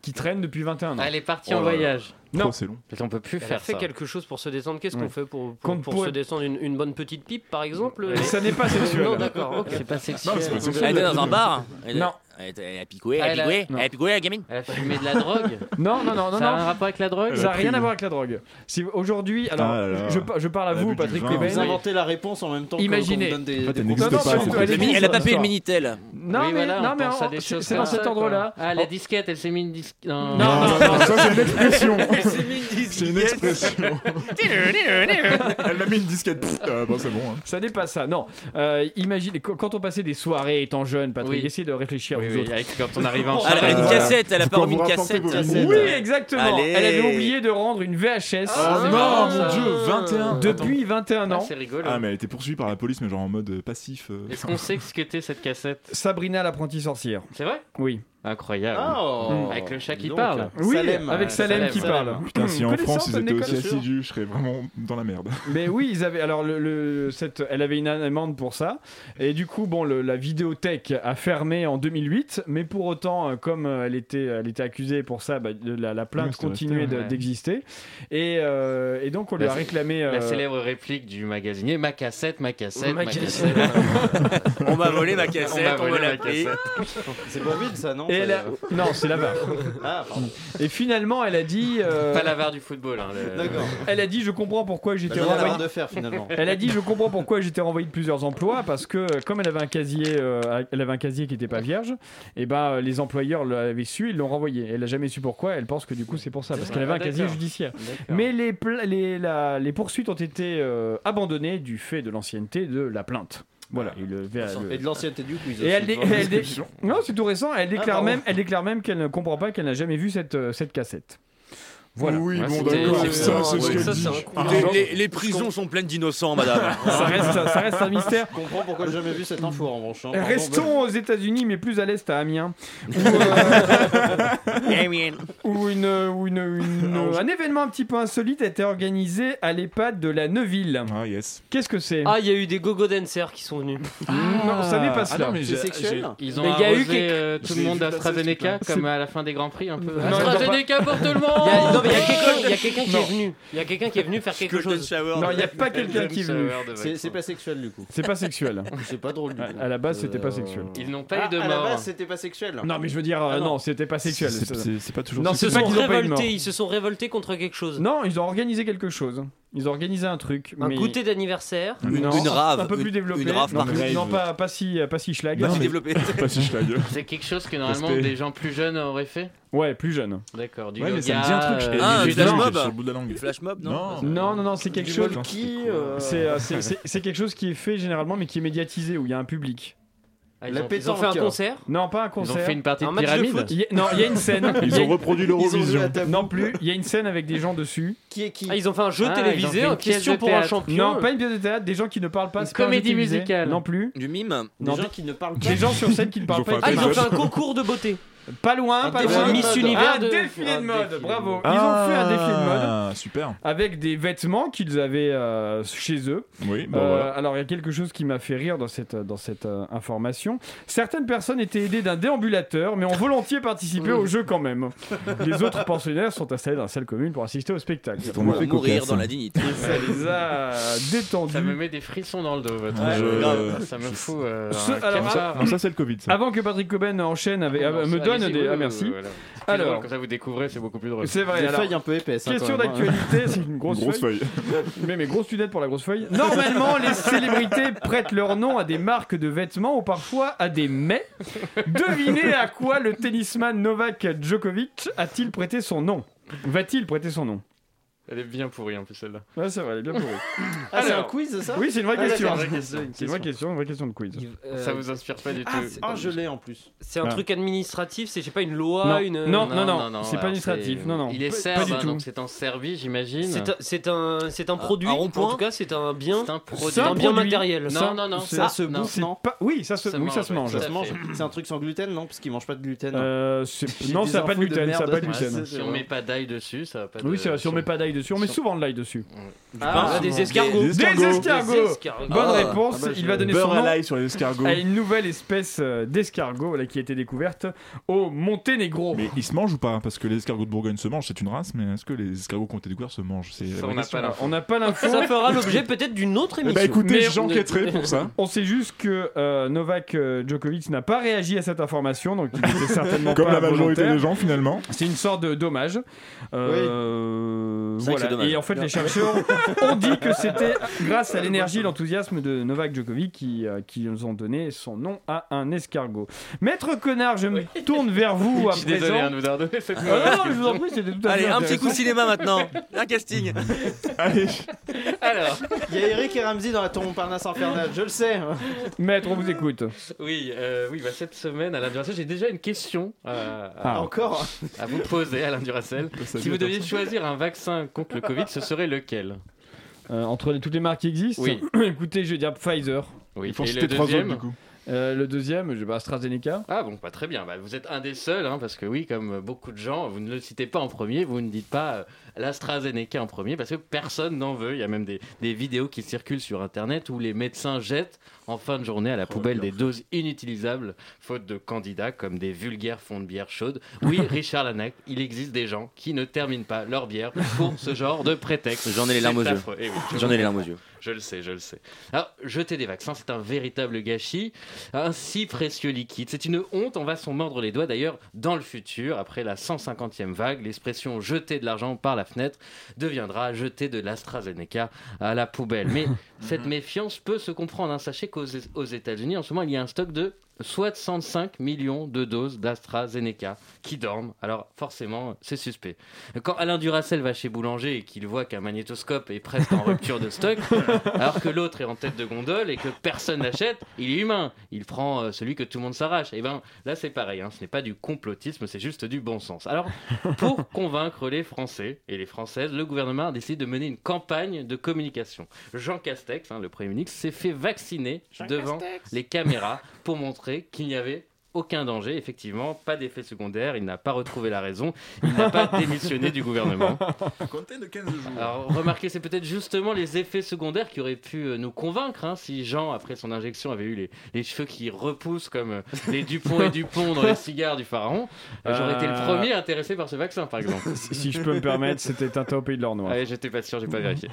qui traîne depuis 21 ans.
Elle est partie en Oh là là. voyage.
Non,
Oh, c'est long.
Parce qu'on peut plus
Elle a fait quelque chose pour se détendre. Qu'est-ce
Ouais.
qu'on fait pour,
Qu'on
pour,
ne
pour
pourrait-
se détendre une, une bonne petite pipe, par exemple
Ça n'est pas sexuel.
Non, d'accord. ok.
C'est pas sexuel.
Elle était dans un bar elle,
Non.
Elle, était- elle a picoué,
Ah,
elle
elle
a
a-
picoué,
non.
elle a picoué la gamine
Elle a fumé de la drogue
Non, non, non, non.
Ça a
non.
un rapport avec la drogue
Ça n'a rien à voir avec la drogue. Si aujourd'hui, alors,
Ah là là.
Je, je parle à
Elle a bu
vous,
du
Patrick
vin.
Lébène.
Vous inventez la réponse en même temps que-
Imaginez.
qu'on vous donne des-
En fait,
des
elle
propositions.
n'existe pas,
Non,
cette
non,
réponse.
elle
Elle a pas
ça,
payé
ça.
le Minitel
Non,
Oui,
mais,
voilà,
non,
on
mais
pense
on-
à des
c'est
choses
c'est
comme
dans
ça,
cet
quoi.
ordre-là. Oh.
Ah, la disquette, elle s'est mise une disquette. Non,
non, non, ça, c'est une
expression.
C'est
une expression. Elle a mis une disquette. Pff, euh, bon, c'est bon. hein.
Ça n'est pas ça, non. Euh, imaginez, qu- quand on passait des soirées étant jeune, Patrick, essayez de réfléchir
Oui,
vous
oui,
autres.
avec- quand on arrivait en
Elle avait
soirée.
une cassette, elle a
Quand
pas
vous
remis une
rapportez
cassette.
vos
Oui,
vinyles.
exactement.
Allez.
Elle avait oublié de rendre une VHS.
Ah,
C'est
non,
marrant,
mon
ça. Euh,
Dieu, 21.
Depuis 21 ans.
Ah, mais elle était poursuivie par la police, mais genre en mode euh, passif. euh.
Est-ce qu'on sait ce qu'était cette cassette
Sabrina l'apprentie sorcière.
C'est vrai
Oui.
Incroyable.
Oh.
Ah, Mm. Avec le chat qui
Dis donc.
parle.
euh,
Oui, avec Salem, qui parle.
Putain, si
Vous
en
connaissez
France ils
Antoine
étaient aussi
Décolle, sûr
assidus, je serais vraiment dans la merde.
Mais oui, ils avaient alors le, le- cette, elle avait une amende pour ça et du coup bon le- la vidéothèque a fermé en 2008, mais pour autant euh, comme euh, elle était elle était accusée pour ça, bah, de la, la plainte
Oui, c'est
continuait
resté,
de-
ouais.
d'exister et, euh, et donc on lui a
La-
réclamé euh,
La célèbre réplique du magasinier Ma cassette, ma cassette,
Ma
ma,
cassette.
cassette.
On m'a volé ma cassette,
m'a
on me
volé
l'a
ma
pris.
cassette.
C'est Bourville, ça, non
Et
Ça,
elle a-
euh,
Non, c'est la barre.
Ah, pardon.
et finalement elle a dit euh,
Pas la barre du football. hein, le-
D'accord.
Elle a dit je comprends pourquoi j'étais
Bah, rien à
renvoyé
voir de faire, finalement.
Elle a dit je comprends pourquoi j'étais renvoyé de plusieurs emplois parce que euh, comme elle avait un casier euh, elle avait un casier qui n'était pas vierge et ben euh, les employeurs l'avaient su ils l'ont renvoyée. Elle n'a jamais su pourquoi, elle pense que du coup c'est pour ça parce qu'elle avait
Ah,
un casier
d'accord.
judiciaire. Mais les pla- les, la- les poursuites ont été euh, abandonnées du fait de l'ancienneté de la plainte. Voilà, il le- le-
Et de l'ancienneté du quiz.
et elle,
aussi,
dé-
tu vois.
elle dé- non, c'est tout récent. Elle déclare
Ah, pardon.
même, elle déclare même qu'elle ne comprend pas qu'elle n'a jamais vu cette, euh, cette cassette. Voilà. euh,
Oui, Ouais, bon, c'était- d'accord, c'était- ça, c'est ce ouais, qu'elle ça, dit. Ah. c'est un coup.
Les, les- les prisons sont pleines d'innocents, madame.
Ça reste- ça reste un mystère.
Je comprends pourquoi j'ai jamais vu cette info en revanche. hein.
Eh, Restons aux États-Unis, mais plus à l'est, à Amiens. Où, euh, où une, où une-
Ah,
Ah,
une- un événement un petit peu insolite a été organisé à l'EHPAD de la Neuville.
Ah, yes.
Qu'est-ce que c'est
Ah, il y a eu des gogo dancers qui sont venus.
Ah, Non, ça n'est pas cela.
Ils ont
Mais il y a
arrosé
eu quelque-
euh, tout le monde AstraZeneca, comme à la fin des Grands Prix, un peu.
Non,
AstraZeneca Ah, pour tout le
Il y a-
monde
non, mais il y a quelqu'un- il y a quelqu'un qui
Non.
est venu. Il y a quelqu'un qui est venu faire quelque chose.
Non, il n'y a pas quelqu'un qui est venu.
C'est c'est pas sexuel du coup.
C'est pas sexuel.
C'est pas drôle. Du
À-
coup.
À la base, c'était pas sexuel.
Ils n'ont pas
Ah,
eu de
à la
mort.
base, c'était pas sexuel.
Non, mais je veux dire, euh,
Ah,
non, c'était pas sexuel.
C'est- c'est- c'est pas toujours
Non,
sexuel.
c'est
Ils
pas
sont
qu'ils ont pas eu de
Révoltés,
mort.
ils se sont révoltés contre quelque chose.
Non, ils ont organisé quelque chose. Ils ont organisé un truc.
Un
mais-
goûter d'anniversaire.
Non,
une rave,
Un peu plus
une-
développé.
une rave,
non,
pardon.
plus- non,
Rave.
pas, pas si, pas si schlag.
Non, mais- Pas si je la gueule.
C'est quelque chose que normalement
Respect.
des gens plus jeunes auraient fait.
Ouais, plus jeune.
D'accord, du
Ouais, mais ça me
yoga,
dit un truc. je-
euh,
j'ai
du
vu ça,
dance.
j'ai sur le bout de la langue.
Flash mob, non,
Non.
Non, non, non, c'est quelque
Du
chose.
Molki, euh,
C'est euh, c'est- c'est- c'est quelque chose qui est fait généralement, mais qui est médiatisé, où il y a un public.
Ah, ils ont- ils ont fait un concert
Non, pas un concert.
fait une partie de Un match de pyramide foot
Il y a- Non, il y a une scène.
Ils
Il y a-
ont reproduit l'Eurovision. Ils ont joué à tabou.
Non plus, il y a une scène avec des gens dessus.
Qui est qui
Ah, ils ont fait un jeu
Ah,
télévisé,
ils ont fait
une
une pièce
question
de
pour un
théâtre.
champion.
Non, pas une pièce de théâtre, des gens qui ne parlent pas.
Une
c'est pas un jeu
comédie
télévisé.
musicale.
Non plus.
Du mime
Des
Non,
gens qui ne parlent pas.
Des gens sur scène qui ne parlent pas.
Ah, ils ont fait un concours de beauté.
Pas loin, pas
défilé
loin.
de Miss Univers
Un
de-
défilé
Un
de mode,
défilé de
bravo.
mode.
Ils ont fait un défilé de mode.
Ah, super.
Avec des vêtements qu'ils avaient euh, chez eux.
Oui, bon,
Euh,
voilà.
Alors, il y a quelque chose qui m'a fait rire dans cette, dans cette euh, information. Certaines personnes étaient aidées d'un déambulateur, mais ont volontiers participé
Mm.
au jeu quand même. Les autres pensionnaires sont installés dans la salle commune pour assister au spectacle.
C'est ton Voilà. effet Mourir cocasse, dans hein. la
dignité.
Ça les a euh, détendus.
Ça me met des frissons dans le dos, votre
Ouais,
jeu.
grave.
Ça me fout. euh,
Ce-
un
alors,
cafard.
ah,
Ça, c'est le Covid. ça.
Avant que Patrick Cobain enchaîne, avec,
Non, ça,
me donne
allez-y,
des.
oui,
ah,
oui,
merci.
oui, euh, voilà. C'est plus
Alors,
drôle, comme ça vous découvrez, c'est beaucoup plus drôle.
C'est vrai.
Des
alors,
feuilles un peu épaisses, hein,
Question
quand même, hein.
d'actualité, c'est une grosse,
Grosse
feuille. mais mes grosses lunettes pour la grosse feuille. Normalement, les célébrités prêtent leur nom à des marques de vêtements ou parfois à des mets. Devinez à quoi le tennisman Novak Djokovic a-t-il prêté son nom Va-t-il prêter son nom
Elle est bien pourrie en plus celle-là.
Ouais, c'est vrai, elle est bien pourrie.
Ah, c'est un
Alors,
quiz, ça
Oui, c'est une vraie
Ah,
question.
d'accord, une vraie question, Euh, une
C'est une vraie question, une vraie question de quiz.
Ça vous inspire pas du tout.
Ah, c'est- ah, je l'ai en plus.
C'est un
Ah.
truc administratif, c'est je sais pas une loi,
Non.
une.
Non, non, non, c'est pas
alors,
administratif,
c'est-
non, non.
Il est
Pas- pas
serbe,
du
hein,
tout.
donc c'est en Serbie, j'imagine.
C'est un- C'est un, c'est un produit. en
rond-point
tout cas, c'est un bien.
C'est un produit.
C'est un bien
produit.
matériel.
Ça-
Non, non, non,
c'est-
ça
ah,
se bouffe,
c'est
non
pas- Oui, ça se,
Ça
oui,
mange,
ça se
ouais,
mange.
tout à
Ça se mange.
fait.
C'est un truc sans gluten, non Parce qu'ils mangent pas de gluten.
Euh, c'est-
J'ai
non,
des
ça n'a pas de
infos
gluten, ça
merde.
n'a pas de
Ouais,
gluten.
c'est-
Si on met pas d'ail dessus, ça va pas.
Oui,
de-
c'est vrai, si on met pas d'ail dessus, on met souvent de l'ail dessus.
Ah,
Ah,
souvent.
des escargots.
Des escargots.
Des escargots.
Bonne
Ah.
réponse,
Ah bah,
il
je-
va donner
Beurre
son
à
nom
l'ail sur les escargots.
à une nouvelle espèce euh, d'escargot voilà, qui a été découverte au Monténégro.
Mais ils se mangent ou pas Parce que les escargots de Bourgogne se mangent, c'est une race, mais est-ce que les escargots qui ont été découverts se mangent C'est la vraie question.
On n'a pas l'info.
Ça fera l'objet peut-être d'une autre
Eh ben,
émission.
écoutez,
Mais-
j'enquêterai pour ça.
On sait juste que euh, Novak euh, Djokovic n'a pas réagi à cette information, donc il n'était certainement
Comme
pas
la majorité
volontaire.
des gens finalement.
C'est une sorte de dommage. Euh,
Oui. C'est vrai que c'est
voilà.
dommage.
Et en fait, les
Bien.
chercheurs ont dit que c'était grâce à l'énergie et l'enthousiasme de Novak Djokovic qui, euh, qui nous ont donné son nom à un escargot. Maître Connard, je me tourne vers vous
Je
à
suis désolé hein,
présent.
de vous avoir donné cette
Ah,
mauvaise
non, non, je vous en prie, c'était tout à fait
Allez, un petit
intéressant.
coup cinéma maintenant. Un casting.
Allez.
Alors,
Il y a Eric et Ramsey dans la tombe Parnasse infernale, je le sais.
Maître, on vous écoute.
Oui, euh, oui bah, cette semaine, Alain Duracell, j'ai déjà une question euh, à,
Ah.
Encore
à vous poser, Alain Duracell.
Ça
Si vous
vient
deviez choisir un vaccin contre le Covid, ce serait lequel
Euh, entre les- toutes les marques qui existent,
Oui.
écoutez, je vais dire Pfizer.
Oui,
Ils font
et
chuter
le
trois autres
deuxième
du coup.
Euh, le deuxième, je vais pas AstraZeneca.
Ah bon, pas très bien. Bah, vous êtes un des seuls, hein, parce que oui, comme beaucoup de gens, vous ne le citez pas en premier, vous ne dites pas euh, l'AstraZeneca en premier, parce que personne n'en veut. Il y a même des, des vidéos qui circulent sur Internet où les médecins jettent en fin de journée à
Oh,
la poubelle des doses inutilisables, faute de candidats, comme des vulgaires fonds de bière chaude. Oui, Richard Lanac, il existe des gens qui ne terminent pas leur bière pour ce genre de prétexte.
J'en ai les larmes aux
C'est
yeux.
affreux. Eh oui, je
J'en ai les larmes aux yeux.
je le sais, je le sais. Alors, jeter des vaccins, c'est un véritable gâchis, un si précieux liquide. C'est une honte, on va s'en mordre les doigts d'ailleurs dans le futur. Après la 150e vague, l'expression jeter de l'argent par la fenêtre deviendra jeter de l'AstraZeneca à la poubelle. Mais cette méfiance peut se comprendre. hein. Sachez qu'aux aux États-Unis, en ce moment, il y a un stock de 65 millions de doses d'AstraZeneca qui dorment. Alors forcément, c'est suspect. Quand Alain Duracel va chez Boulanger et qu'il voit qu'un magnétoscope est presque en rupture de stock, alors que l'autre est en tête de gondole et que personne n'achète, il est humain. Il prend euh, celui que tout le monde s'arrache. Et ben là, c'est pareil. hein. Ce n'est pas du complotisme, c'est juste du bon sens. Alors, pour convaincre les Français et les Françaises, le gouvernement décide de mener une campagne de communication. Jean Castex, hein, le Premier ministre, s'est fait vacciner devant les caméras pour montrer qu'il n'y avait aucun danger, effectivement, pas d'effet secondaire, il n'a pas retrouvé la raison, il n'a pas démissionné du gouvernement.
Comptez de 15 jours.
Alors, remarquez, c'est peut-être justement les effets secondaires qui auraient pu euh, nous convaincre hein, si Jean, après son injection, avait eu les, les cheveux qui repoussent comme euh, les Dupont et Dupont dans les cigares du pharaon. Euh, J'aurais été le
Euh.
premier intéressé par ce vaccin, par exemple.
Si je peux me permettre, c'était un au pays de l'or noir.
Ouais, j'étais pas sûr, j'ai pas vérifié.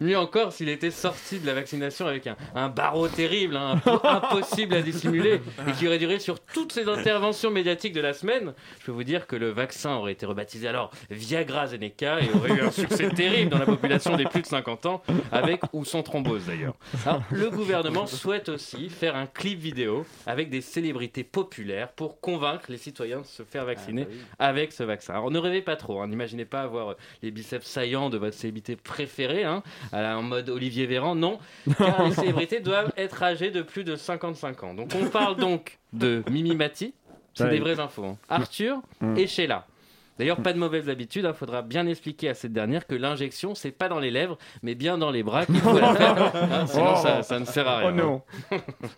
Mieux encore, s'il était sorti de la vaccination avec un, un barreau terrible, hein, impo- impossible à dissimuler, et qui aurait duré sur toutes ces interventions médiatiques de la semaine, je peux vous dire que le vaccin aurait été rebaptisé alors Viagra Zeneca et aurait eu un succès terrible dans la population des plus de 50 ans, avec ou sans thrombose d'ailleurs. Alors, le gouvernement souhaite aussi faire un clip vidéo avec des célébrités populaires pour convaincre les citoyens de se faire
Ah
vacciner
bah
avec ce vaccin. Alors, ne rêvez pas trop, hein, n'imaginez pas avoir les biceps saillants de votre célébrité préférée, hein, à la- en mode Olivier Véran, non, car les célébrités doivent être âgées de plus de 55 ans. Donc, on parle donc de Mimi Mati, c'est
Ouais.
des vraies infos. hein. Arthur
Mm.
et Sheila. D'ailleurs, pas de mauvaises habitudes, il faudra bien expliquer à cette dernière que l'injection, c'est pas dans les lèvres, mais bien dans les bras qu'il faut la faire. hein, sinon,
Oh.
ça, ça ne sert à rien.
Oh non.
hein.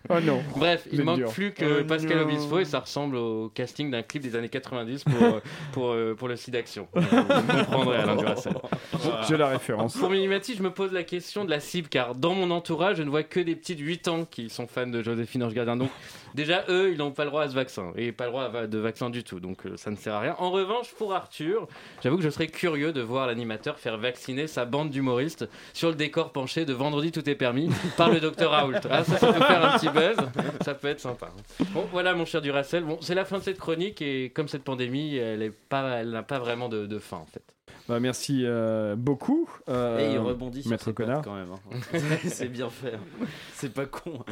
Oh non.
Bref,
Vous
il
êtes
manque
dur.
plus que
Oh
Pascal
non.
Obispo et ça ressemble au casting d'un clip des années 90 pour, euh, pour, euh, pour le site d'action. Vous comprendrez Alain Duracell. Voilà.
J'ai la référence.
Pour Minimati, je me pose la question de la cible, car dans mon entourage, je ne vois que des petits de 8 ans qui sont fans de Joséphine Ange Gardien. Donc, déjà, eux, ils n'ont pas le droit à ce vaccin, et pas le droit à va- de vaccin du tout, donc euh, ça ne sert à rien. En revanche, pour Arthur, j'avoue que je serais curieux de voir l'animateur faire vacciner sa bande d'humoristes sur le décor penché de Vendredi Tout est permis par le docteur Raoult. Ah, ça, ça peut faire un petit buzz, ça peut être sympa. Bon, voilà, mon cher Duracell, bon, c'est la fin de cette chronique, et comme cette pandémie, elle est pas- elle n'a pas vraiment de- de fin, en fait.
Bah, merci euh, beaucoup. euh,
Et il rebondit sur
Maître
ses
Connard.
pattes quand même. hein. c'est bien fait. C'est pas con.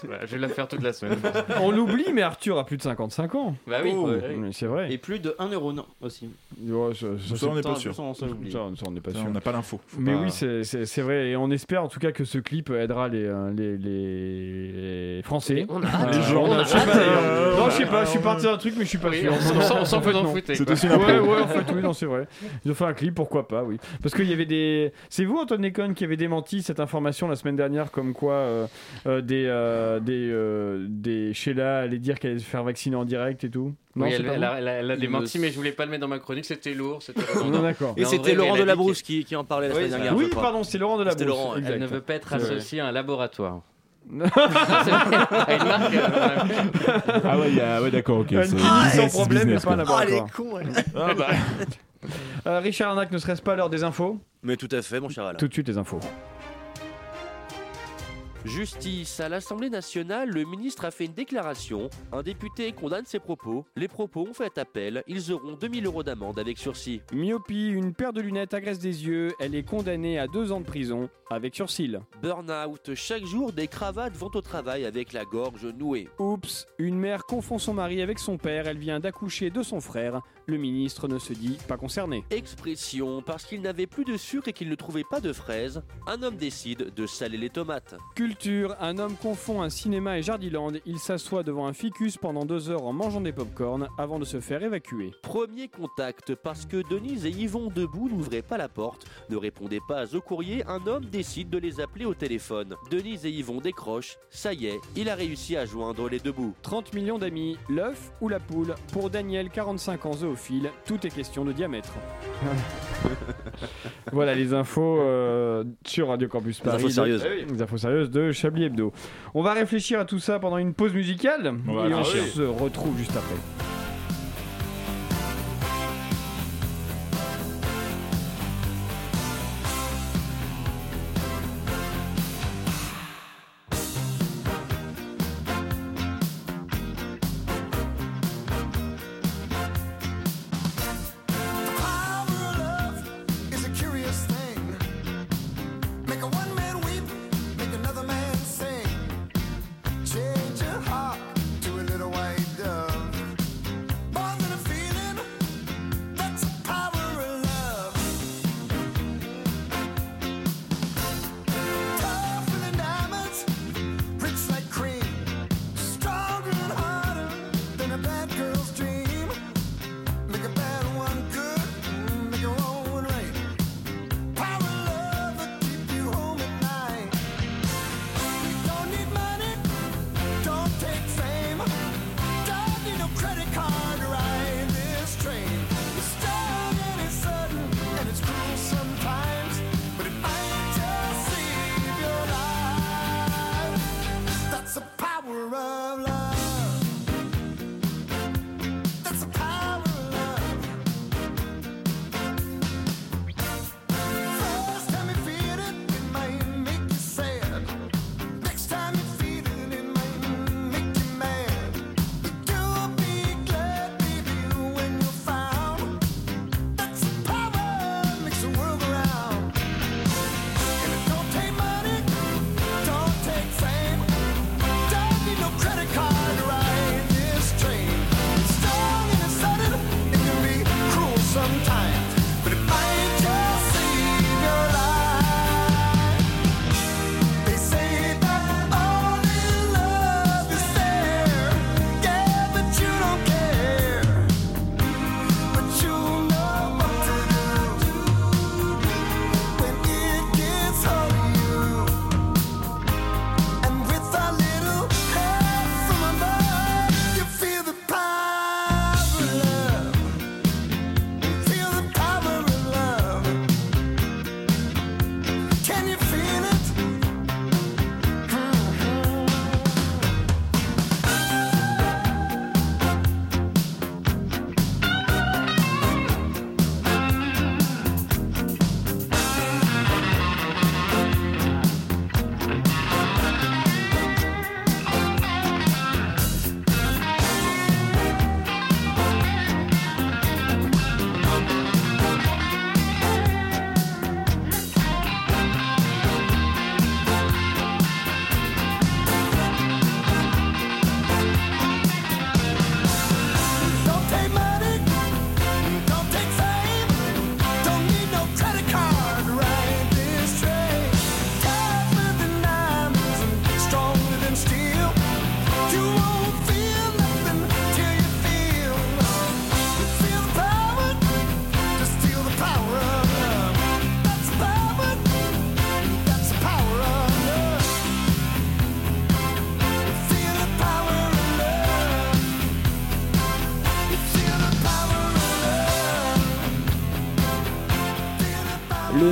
je vais la faire toute la semaine.
On l'oublie, mais Arthur a plus de 55 ans.
hein. Bah oui,
Oh,
ouais, ouais.
mais c'est vrai.
Et plus de 1 neurone aussi.
Ouais, ça, ça,
Ça, on n'est
c'est-
pas sûr. Ça, on s'en oublie.
Ça, on n'est pas
Ça,
sûr.
on n'a pas l'info. Faut
Mais
pas-
oui, c'est- c'est c'est vrai. Et on espère en tout cas que ce clip aidera les, euh, les, les- les Français.
on
Euh,
les gens,
on
on a
je sais
hâte,
pas,
d'ailleurs.
Non,
On
je sais
a-
pas, je suis
on a-
parti d'un truc, mais je suis pas
Oui,
sûr.
on s'en-
Non.
on s'en peut d'en
Non.
foutre,
C'est
quoi.
aussi une
Ouais,
impro.
ouais,
en fait, oui, non, c'est vrai. Ils ont fait un clip, pourquoi pas, oui. Parce qu'il y avait des. C'est vous, Antoine Déconne, qui avait démenti cette information la semaine dernière, comme quoi euh, euh, des, euh, des, euh, des Sheila allaient dire qu'elle allait se faire vacciner en direct et tout. Non,
Oui,
c'est
elle,
pas
elle
vous
a, elle a- elle a
Il
démenti,
me-
mais je voulais pas le mettre dans ma chronique, c'était lourd, c'était
Non,
redondant.
d'accord.
Mais en vrai, mais elle a dit
Labrousse qui, qui en parlait la
Oui,
semaine
ça.
dernière.
Oui,
je crois.
pardon, c'est Laurent de
C'était Laurent,
qu'elle-
ouais.
Elle ne veut pas être
C'est vrai.
associée à un laboratoire. à une marque, euh,
Ah ouais, il y a- ouais, d'accord, ok.
Une
c'est-
clinique
c'est-
sans
c'est
problème,
business,
mais pas un
quoi.
laboratoire.
Ah bah.
Euh, Richard Arnac, ne serait-ce pas l'heure des infos
Mais tout à fait, mon cher Alain.
Tout de suite, les infos.
Justice. À l'Assemblée nationale, le ministre a fait une déclaration. Un député condamne ses propos. Les propos ont fait appel. Ils auront 2000 euros d'amende avec sursis.
Myopie, une paire de lunettes agresse des yeux. Elle est condamnée à deux ans de prison avec sursis.
Burnout. Chaque jour, des cravates vont au travail avec la gorge nouée.
Oups, une mère confond son mari avec son père. Elle vient d'accoucher de son frère. Le ministre ne se dit pas concerné.
Expression. Parce qu'il n'avait plus de sucre et qu'il ne trouvait pas de fraises, un homme décide de saler les tomates.
Culture, un homme confond un cinéma et Jardiland. Il s'assoit devant un ficus pendant deux heures en mangeant des pop-corn avant de se faire évacuer.
Premier contact, parce que Denise et Yvon Debout n'ouvraient pas la porte, ne répondaient pas au courrier, un homme décide de les appeler au téléphone. Denise et Yvon décrochent, ça y est, il a réussi à joindre les Debout.
30 millions d'amis, l'œuf ou la poule Pour Daniel, 45 ans, zoophile, tout est question de diamètre. voilà les infos euh, sur Radio Campus Paris.
infos sérieuses.
De, les infos sérieuses de Chablis Hebdo. On va réfléchir à tout ça pendant une pause musicale
On va
et on
réfléchir.
se retrouve juste après.
It's a curious thing. Make a one man weep, make another man sing. Change your heart to a little white dove. mm,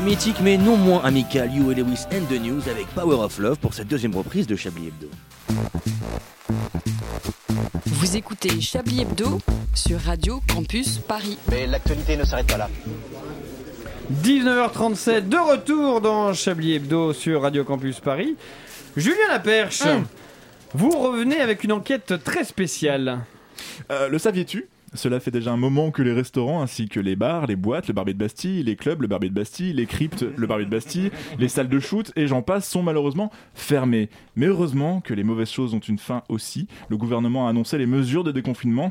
mythique mais non moins amical You et Lewis and the News avec Power of Love pour cette deuxième reprise de Chablis Hebdo.
Vous écoutez Chablis Hebdo sur Radio Campus Paris.
Mais l'actualité ne s'arrête pas là.
19h37, de retour dans Chablis Hebdo sur Radio Campus Paris. Julien Laperche, vous revenez avec une enquête très spéciale.
Euh, le saviez-tu cela fait déjà un moment que les restaurants ainsi que les bars, les boîtes, le barbier de Bastille, les clubs, le barbier de Bastille, les cryptes, le barbier de Bastille, les salles de shoot et j'en passe sont malheureusement fermées. Mais heureusement que les mauvaises choses ont une fin aussi. Le gouvernement a annoncé les mesures de déconfinement.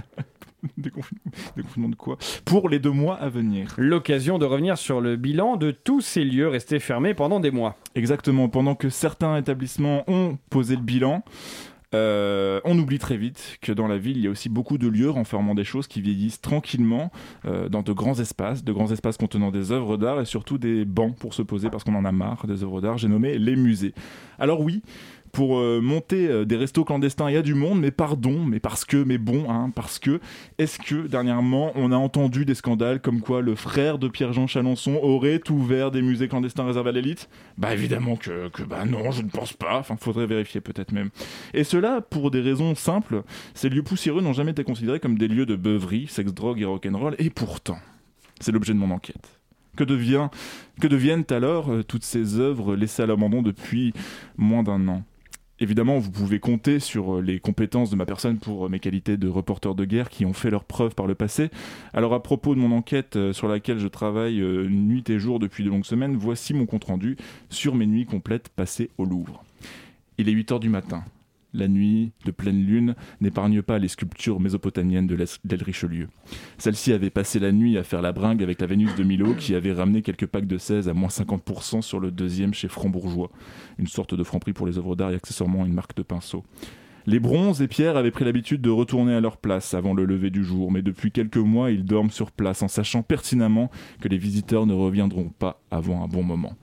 déconfinement, déconfinement de quoi Pour les deux mois à venir.
L'occasion de revenir sur le bilan de tous ces lieux restés fermés pendant des mois.
Exactement, pendant que certains établissements ont posé le bilan, euh, on oublie très vite que dans la ville, il y a aussi beaucoup de lieux renfermant des choses qui vieillissent tranquillement euh, dans de grands espaces, de grands espaces contenant des œuvres d'art et surtout des bancs pour se poser parce qu'on en a marre des œuvres d'art. J'ai nommé les musées. Alors oui, pour euh, monter euh, des restos clandestins, il y a du monde, mais pardon, mais parce que, mais bon, hein, parce que, est-ce que dernièrement on a entendu des scandales comme quoi le frère de Pierre-Jean Chalençon aurait ouvert des musées clandestins réservés à l'élite Bah évidemment que, que bah non, je ne pense pas, enfin faudrait vérifier peut-être même. Et cela pour des raisons simples, ces lieux poussiéreux n'ont jamais été considérés comme des lieux de beuverie, sexe, drogue et rock'n'roll, et pourtant, c'est l'objet de mon enquête. Que, devient, que deviennent alors euh, toutes ces œuvres laissées à l'abandon depuis moins d'un an Évidemment, vous pouvez compter sur euh, les compétences de ma personne pour euh, mes qualités de reporter de guerre qui ont fait leurs preuves par le passé. Alors à propos de mon enquête euh, sur laquelle je travaille euh, nuit et jour depuis de longues semaines, voici mon compte-rendu sur mes nuits complètes passées au Louvre. Il est 8h du matin. La nuit de pleine lune n'épargne pas les sculptures mésopotamiennes de l'Est- d'El Richelieu. Celle-ci avait passé la nuit à faire la bringue avec la Vénus de Milo qui avait ramené quelques packs de 16 à moins 50% sur le deuxième chez Franc-Bourgeois, une sorte de franc-prix pour les œuvres d'art et accessoirement une marque de pinceau. Les bronzes et pierres avaient pris l'habitude de retourner à leur place avant le lever du jour, mais depuis quelques mois ils dorment sur place en sachant pertinemment que les visiteurs ne reviendront pas avant un bon moment.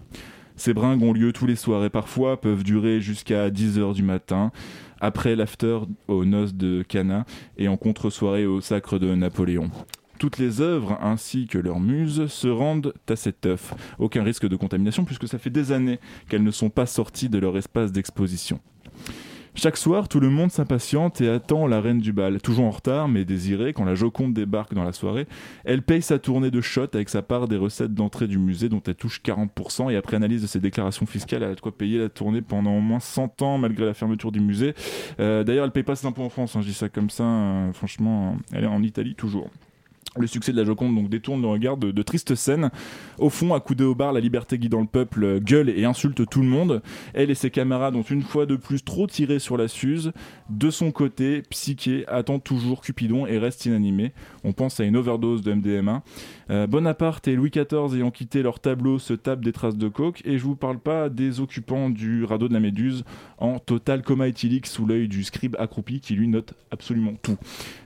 Ces bringues ont lieu tous les soirs et parfois peuvent durer jusqu'à 10h du matin, après l'after aux noces de Cana et en contre-soirée au sacre de Napoléon. Toutes les œuvres ainsi que leurs muses se rendent à cet œuf. Aucun risque de contamination puisque ça fait des années qu'elles ne sont pas sorties de leur espace d'exposition. Chaque soir, tout le monde s'impatiente et attend la reine du bal. Toujours en retard, mais désirée, quand la Joconde débarque dans la soirée, elle paye sa tournée de shot avec sa part des recettes d'entrée du musée dont elle touche 40% et après analyse de ses déclarations fiscales, elle a de quoi payer la tournée pendant au moins 100 ans malgré la fermeture du musée. Euh, D'ailleurs, elle paye pas ses impôts en France, hein, je dis ça comme ça, euh, franchement, elle est en Italie toujours. Le succès de la Joconde donc détourne le regard de, de tristes scènes. Au fond, accoudée au bar, la liberté guidant le peuple euh, gueule et insulte tout le monde. Elle et ses camarades ont une fois de plus trop tiré sur la Suze. De son côté, Psyché attend toujours Cupidon et reste inanimé. On pense à une overdose de MDMA. Euh, Bonaparte et Louis XIV ayant quitté leur tableau se tapent des traces de coke. Et je vous parle pas des occupants du radeau de la Méduse en total coma éthylique sous l'œil du scribe accroupi qui lui note absolument tout.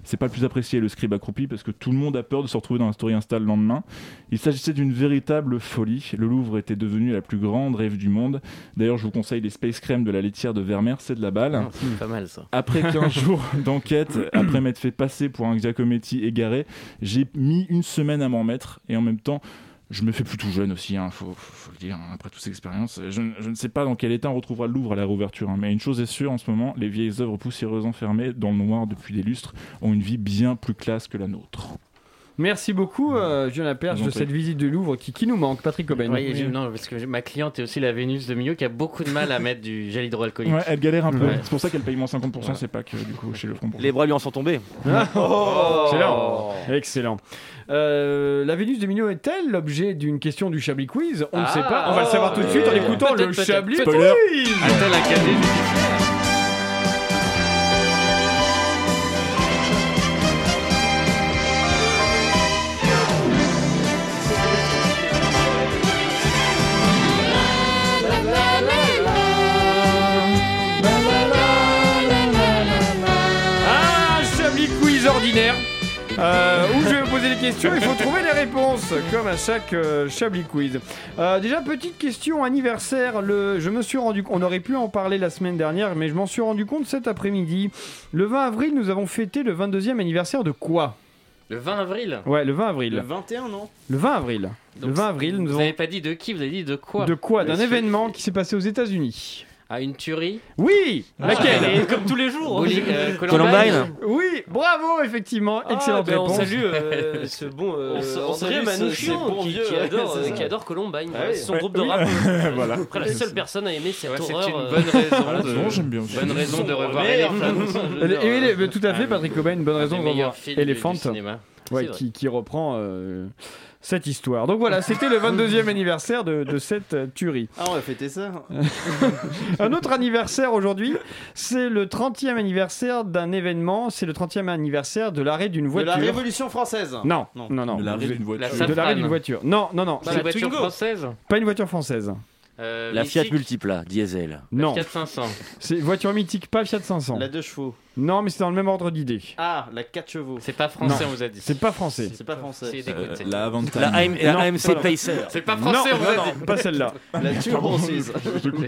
C'est pas le plus apprécié le scribe accroupi parce que tout le monde a peur de se retrouver dans la story Insta le lendemain. Il s'agissait d'une véritable folie. Le Louvre était devenu la plus grande rêve du monde. D'ailleurs, je vous conseille les Space Crème de la laitière de Vermeer, c'est de la balle.
Non, Ah, c'est pas mal, ça.
Après 15 jours d'enquête, après m'être fait passer pour un Giacometti égaré, j'ai mis une semaine à m'en remettre et en même temps. Je me fais plutôt jeune aussi, il faut, faut le dire, hein, après toutes ces expériences. Je, ne- je ne sais pas dans quel état on retrouvera le Louvre à la réouverture, hein, mais une chose est sûre en ce moment, les vieilles œuvres poussiéreuses enfermées dans le noir depuis des lustres ont une vie bien plus classe que la nôtre.
Merci beaucoup, euh, Julien Laperche,
Je vous
de
en prie.
cette visite du Louvre qui, qui nous manque, Patrick Cobain.
Oui, j'ai- non, parce que j'ai- ma cliente est aussi la Vénus de Mio qui a beaucoup de mal à mettre du gel hydroalcoolique.
Ouais, elle galère un peu.
Ouais.
C'est pour ça qu'elle paye moins 50%, c'est pas que du coup chez le front.
Les bras lui en sont tombés.
Ah, oh, excellent. Excellent. Euh, la Vénus de Milo est-elle l'objet d'une question du Chablis Quiz On ne sait pas. On va le savoir tout de suite en écoutant le Chablis Quiz.
Attends,
Un Chablis Quiz ordinaire. euh, où je vais vous poser des questions, il faut trouver les réponses, comme à chaque euh, Chablis Quiz. Euh, déjà, petite question anniversaire. Le, je me suis rendu, on aurait pu en parler la semaine dernière, mais je m'en suis rendu compte cet après-midi. Le 20 avril, nous avons fêté le 22e anniversaire de quoi
Le 20 avril
Ouais, le 20 avril.
Le 21, non
Le 20 avril. Le 20 avril, nous
Vous
avons
n'avez pas dit de qui, vous avez dit de quoi
de quoi D'un
Est-ce que-
événement qui s'est passé aux États-Unis.
À une tuerie
Oui
Ah.
Laquelle
Et comme tous les jours, hein. Bowling, euh, Columbine. Ah, Columbine.
Oui, bravo, effectivement. Excellente
ben, on
réponse.
salue, euh, ce bon, euh, On se- on André salue ce- Manouchian, ce bon qui- vieux, qui adore, ouais, euh, c'est qui ça. adore Columbine, Ah ouais, oui. son groupe de Oui. rap. Voilà. Après, la seule personne à aimer cette horreur,
C'est une
euh,
bonne raison.
Ah,
Voilà,
de...
non, j'aime bien aussi.
Bonne raison de revoir
Meilleur
Elephant.
Et oui,
euh,
les- tout à fait, Patrick Cobain, une bonne raison
des
de revoir
meilleurs films du
Elephant,
cinéma.
ouais,
C'est vrai.
qui, qui reprend euh, cette histoire. Donc voilà, c'était le 22e anniversaire de, de cette euh, tuerie.
Ah, on va fêter ça.
Un autre anniversaire aujourd'hui, c'est le 30e anniversaire d'un événement, c'est le 30e anniversaire de l'arrêt d'une
De
voiture.
la Révolution française.
Non, non, non.
De l'arrêt d'une voiture.
De
La
l'arrêt
Safrane.
d'une voiture. Non, non, non.
Bah, la voiture Twingo. française.
Pas une voiture française.
Euh,
La Fiat Multipla, diesel.
Non.
Fiat 500.
C'est voiture mythique, pas Fiat 500.
La 2 chevaux.
Non, mais c'est dans le même ordre d'idée.
Ah, la 4 chevaux.
C'est pas
Non, C'est pas français.
C'est pas français.
C'est
Euh,
dégoûté.
La Aventine.
La AM la
Non,
AMC
pardon.
Pacer.
C'est pas français,
non,
on vous
non,
a
non,
dit.
pas celle-là.
La Turbo 6.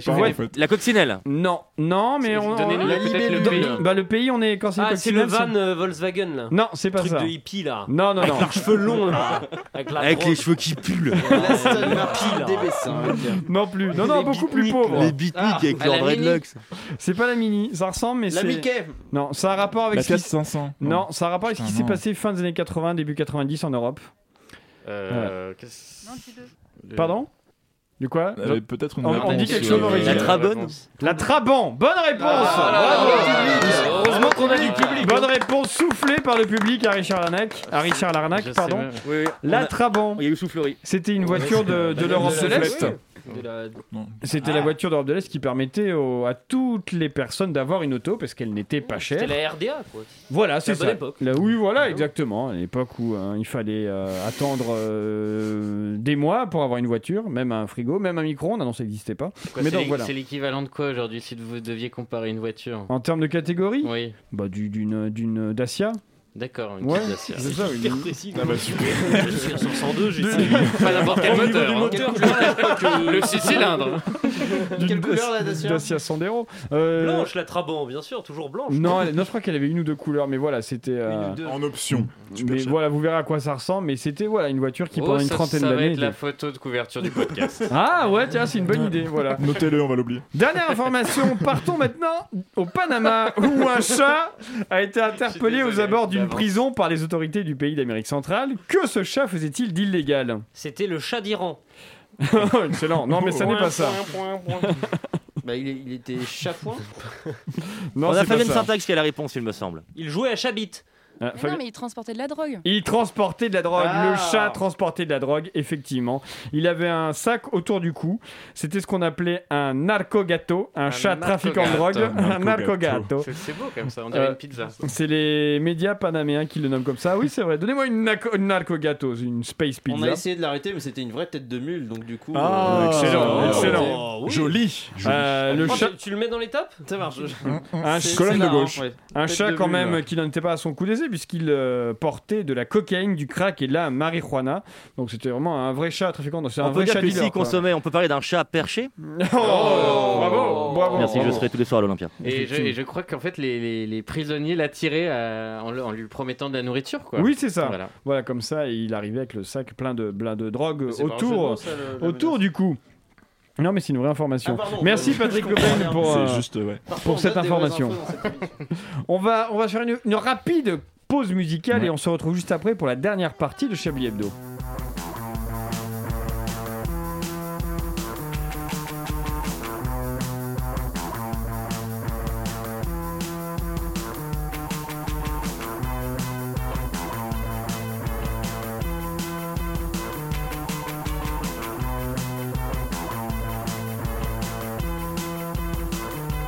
Ouais.
La coccinelle.
Non, non, mais on.
Donnez-nous
on-
peut-être le
Dans-
pays.
Bah, le pays, on est quand c'est
Ah,
le
c'est le van
coccinelle,
euh, Volkswagen là.
Non, c'est pas
Truc
ça.
de hippie là.
Non, non, non.
Avec leurs cheveux longs là. Avec, la
Avec
drogue.
les cheveux qui puent.
La Aston Martin
là.
DB5.
Non plus, non, non,
Les
beaucoup plus
beatniks,
pauvre.
là. Les beatniks Ah, avec à leurs la mini. dreadlocks.
C'est pas la mini, ça ressemble, mais
La
c'est.
Mickey.
Non, ça a rapport avec
La
ce qui-
4500.
Non, ça a rapport avec ce qui
Putain,
s'est
non.
passé fin des années 80, début 90 en Europe.
Euh, qu'est-ce- Le-
Pardon du quoi
Elle avait peut-être une
on, on
réponse,
dit quelque chose
euh,
original.
La Trabonne
La Trabant Bonne réponse
là,
Bravo.
là, là, là, là.
Heureusement qu'on a du public Bonne réponse soufflée par le public à Richard Larnac. À Richard Larnac, pardon.
On
La
a-
Trabant
Il y a eu soufflerie.
C'était une voiture de,
Bah,
de l'Europe de l'Est.
De la-
C'était
Ah,
Ah.
la voiture d'Europe de l'Est qui permettait au- à toutes les personnes d'avoir une auto parce qu'elle n'était pas chère.
C'était la RDA quoi.
Voilà,
La
c'est
bonne
ça.
époque.
Là, oui,
Ah
voilà, exactement. À l'époque où hein, il fallait euh, attendre euh, des mois pour avoir une voiture, même un frigo, même un micro-ondes, ah non, ça n'existait pas.
Quoi, c'est
Mais donc
l'é-
voilà.
C'est l'équivalent de quoi aujourd'hui si vous deviez comparer une voiture
En termes de catégorie,
Oui.
bah, du- d'une d'une Dacia.
D'accord, une
Ouais,
petite Dacia.
c'est ça, une-
Hyper précis,
Ah
quand même.
bah, super.
Je suis sur 102, j'ai
De-
essayé. Pas n'importe quel
Au niveau
moteur,
du
hein.
moteur,
Quelle couleur
je crois que-
Le six cylindres.
D'une
Quelle couleur, la
Dacia-
Dacia
Dacia Sandero. Euh,
Blanche, la Trabant, bien sûr, toujours blanche.
Non, elle- non, je crois qu'elle avait une ou deux couleurs, mais voilà, c'était. euh,
En option.
Mais voilà, vous verrez à quoi ça ressemble, mais c'était voilà une voiture qui
Oh,
pendant une
ça,
trentaine
ça va
d'années.
être la
était-
photo de couverture du podcast.
Ah ouais, tiens, c'est une bonne idée, voilà.
Notez-le, on va l'oublier.
Dernière information, partons maintenant au Panama, où un chat a été interpellé aux abords d'une prison par les autorités du pays d'Amérique centrale. Que ce chat faisait-il d'illégal Oh,
C'était le chat d'Iran.
Excellent, non mais ça n'est pas ça.
Bah, il, est- il était chapouin.
Non,
On
c'est
a
pas
Fabienne
ça.
Syntax qui a la réponse, il me semble.
Il jouait à Chabit.
Ah,
Mais
Fabien-
non, mais il transportait de la drogue.
Il transportait de la drogue, le
Ah.
chat transportait de la drogue, effectivement. Il avait un sac autour du cou. C'était ce qu'on appelait un narco-gâteau, un, chat trafiquant de drogue, un narco-gâteau.
C'est- C'est beau comme ça, on dirait
Euh,
une pizza.
C'est les médias panaméens qui le nomment comme ça. Oui, c'est vrai. Donnez-moi une, narco- une narco-gâteau, une space pizza.
On a essayé de l'arrêter, mais c'était une vraie tête de mule, donc du coup.
Ah,
euh,
excellent,
euh,
excellent.
oui.
Joli.
Euh, le
Oh,
chat,
tu, tu le mets dans les tapes
Ça marche.
un,
C'est-
ch-
c'est là, hein, ouais.
un
Tête
chat
de
quand
mule,
même
là.
qui n'en était pas à son coup d'essai puisqu'il euh, portait de la cocaïne, du crack et de la marijuana. Donc c'était vraiment un vrai chat trafiquant. Donc, C'est un
On peut
vrai
dire
chat
que
dealer,
s'il
quoi.
consommait, on peut parler d'un chat perché.
Oh, bravo, bravo.
Merci, je
bravo.
serai tous les soirs à l'Olympia.
Et je, et je crois qu'en fait, les, les- les prisonniers l'attiraient
euh,
à- en, le- en lui promettant de la nourriture, quoi.
Oui, c'est ça. Voilà.
Voilà.
comme ça, et il arrivait avec le sac plein de, plein de drogue
C'est pas un jeu de mots,
autour,
ça, le- la
autour
menace.
du coup. Non, mais c'est une vraie information.
Ah, pardon,
Merci
pardon,
Patrick
je
Cobain
comprends rien.
pour, euh,
C'est juste, ouais.
Parfois, on
pour cette
donne des vraies
information.
infos dans cette émission.
On va, on va faire une, une rapide pause musicale et on se retrouve juste après pour la dernière partie de Chablis Hebdo.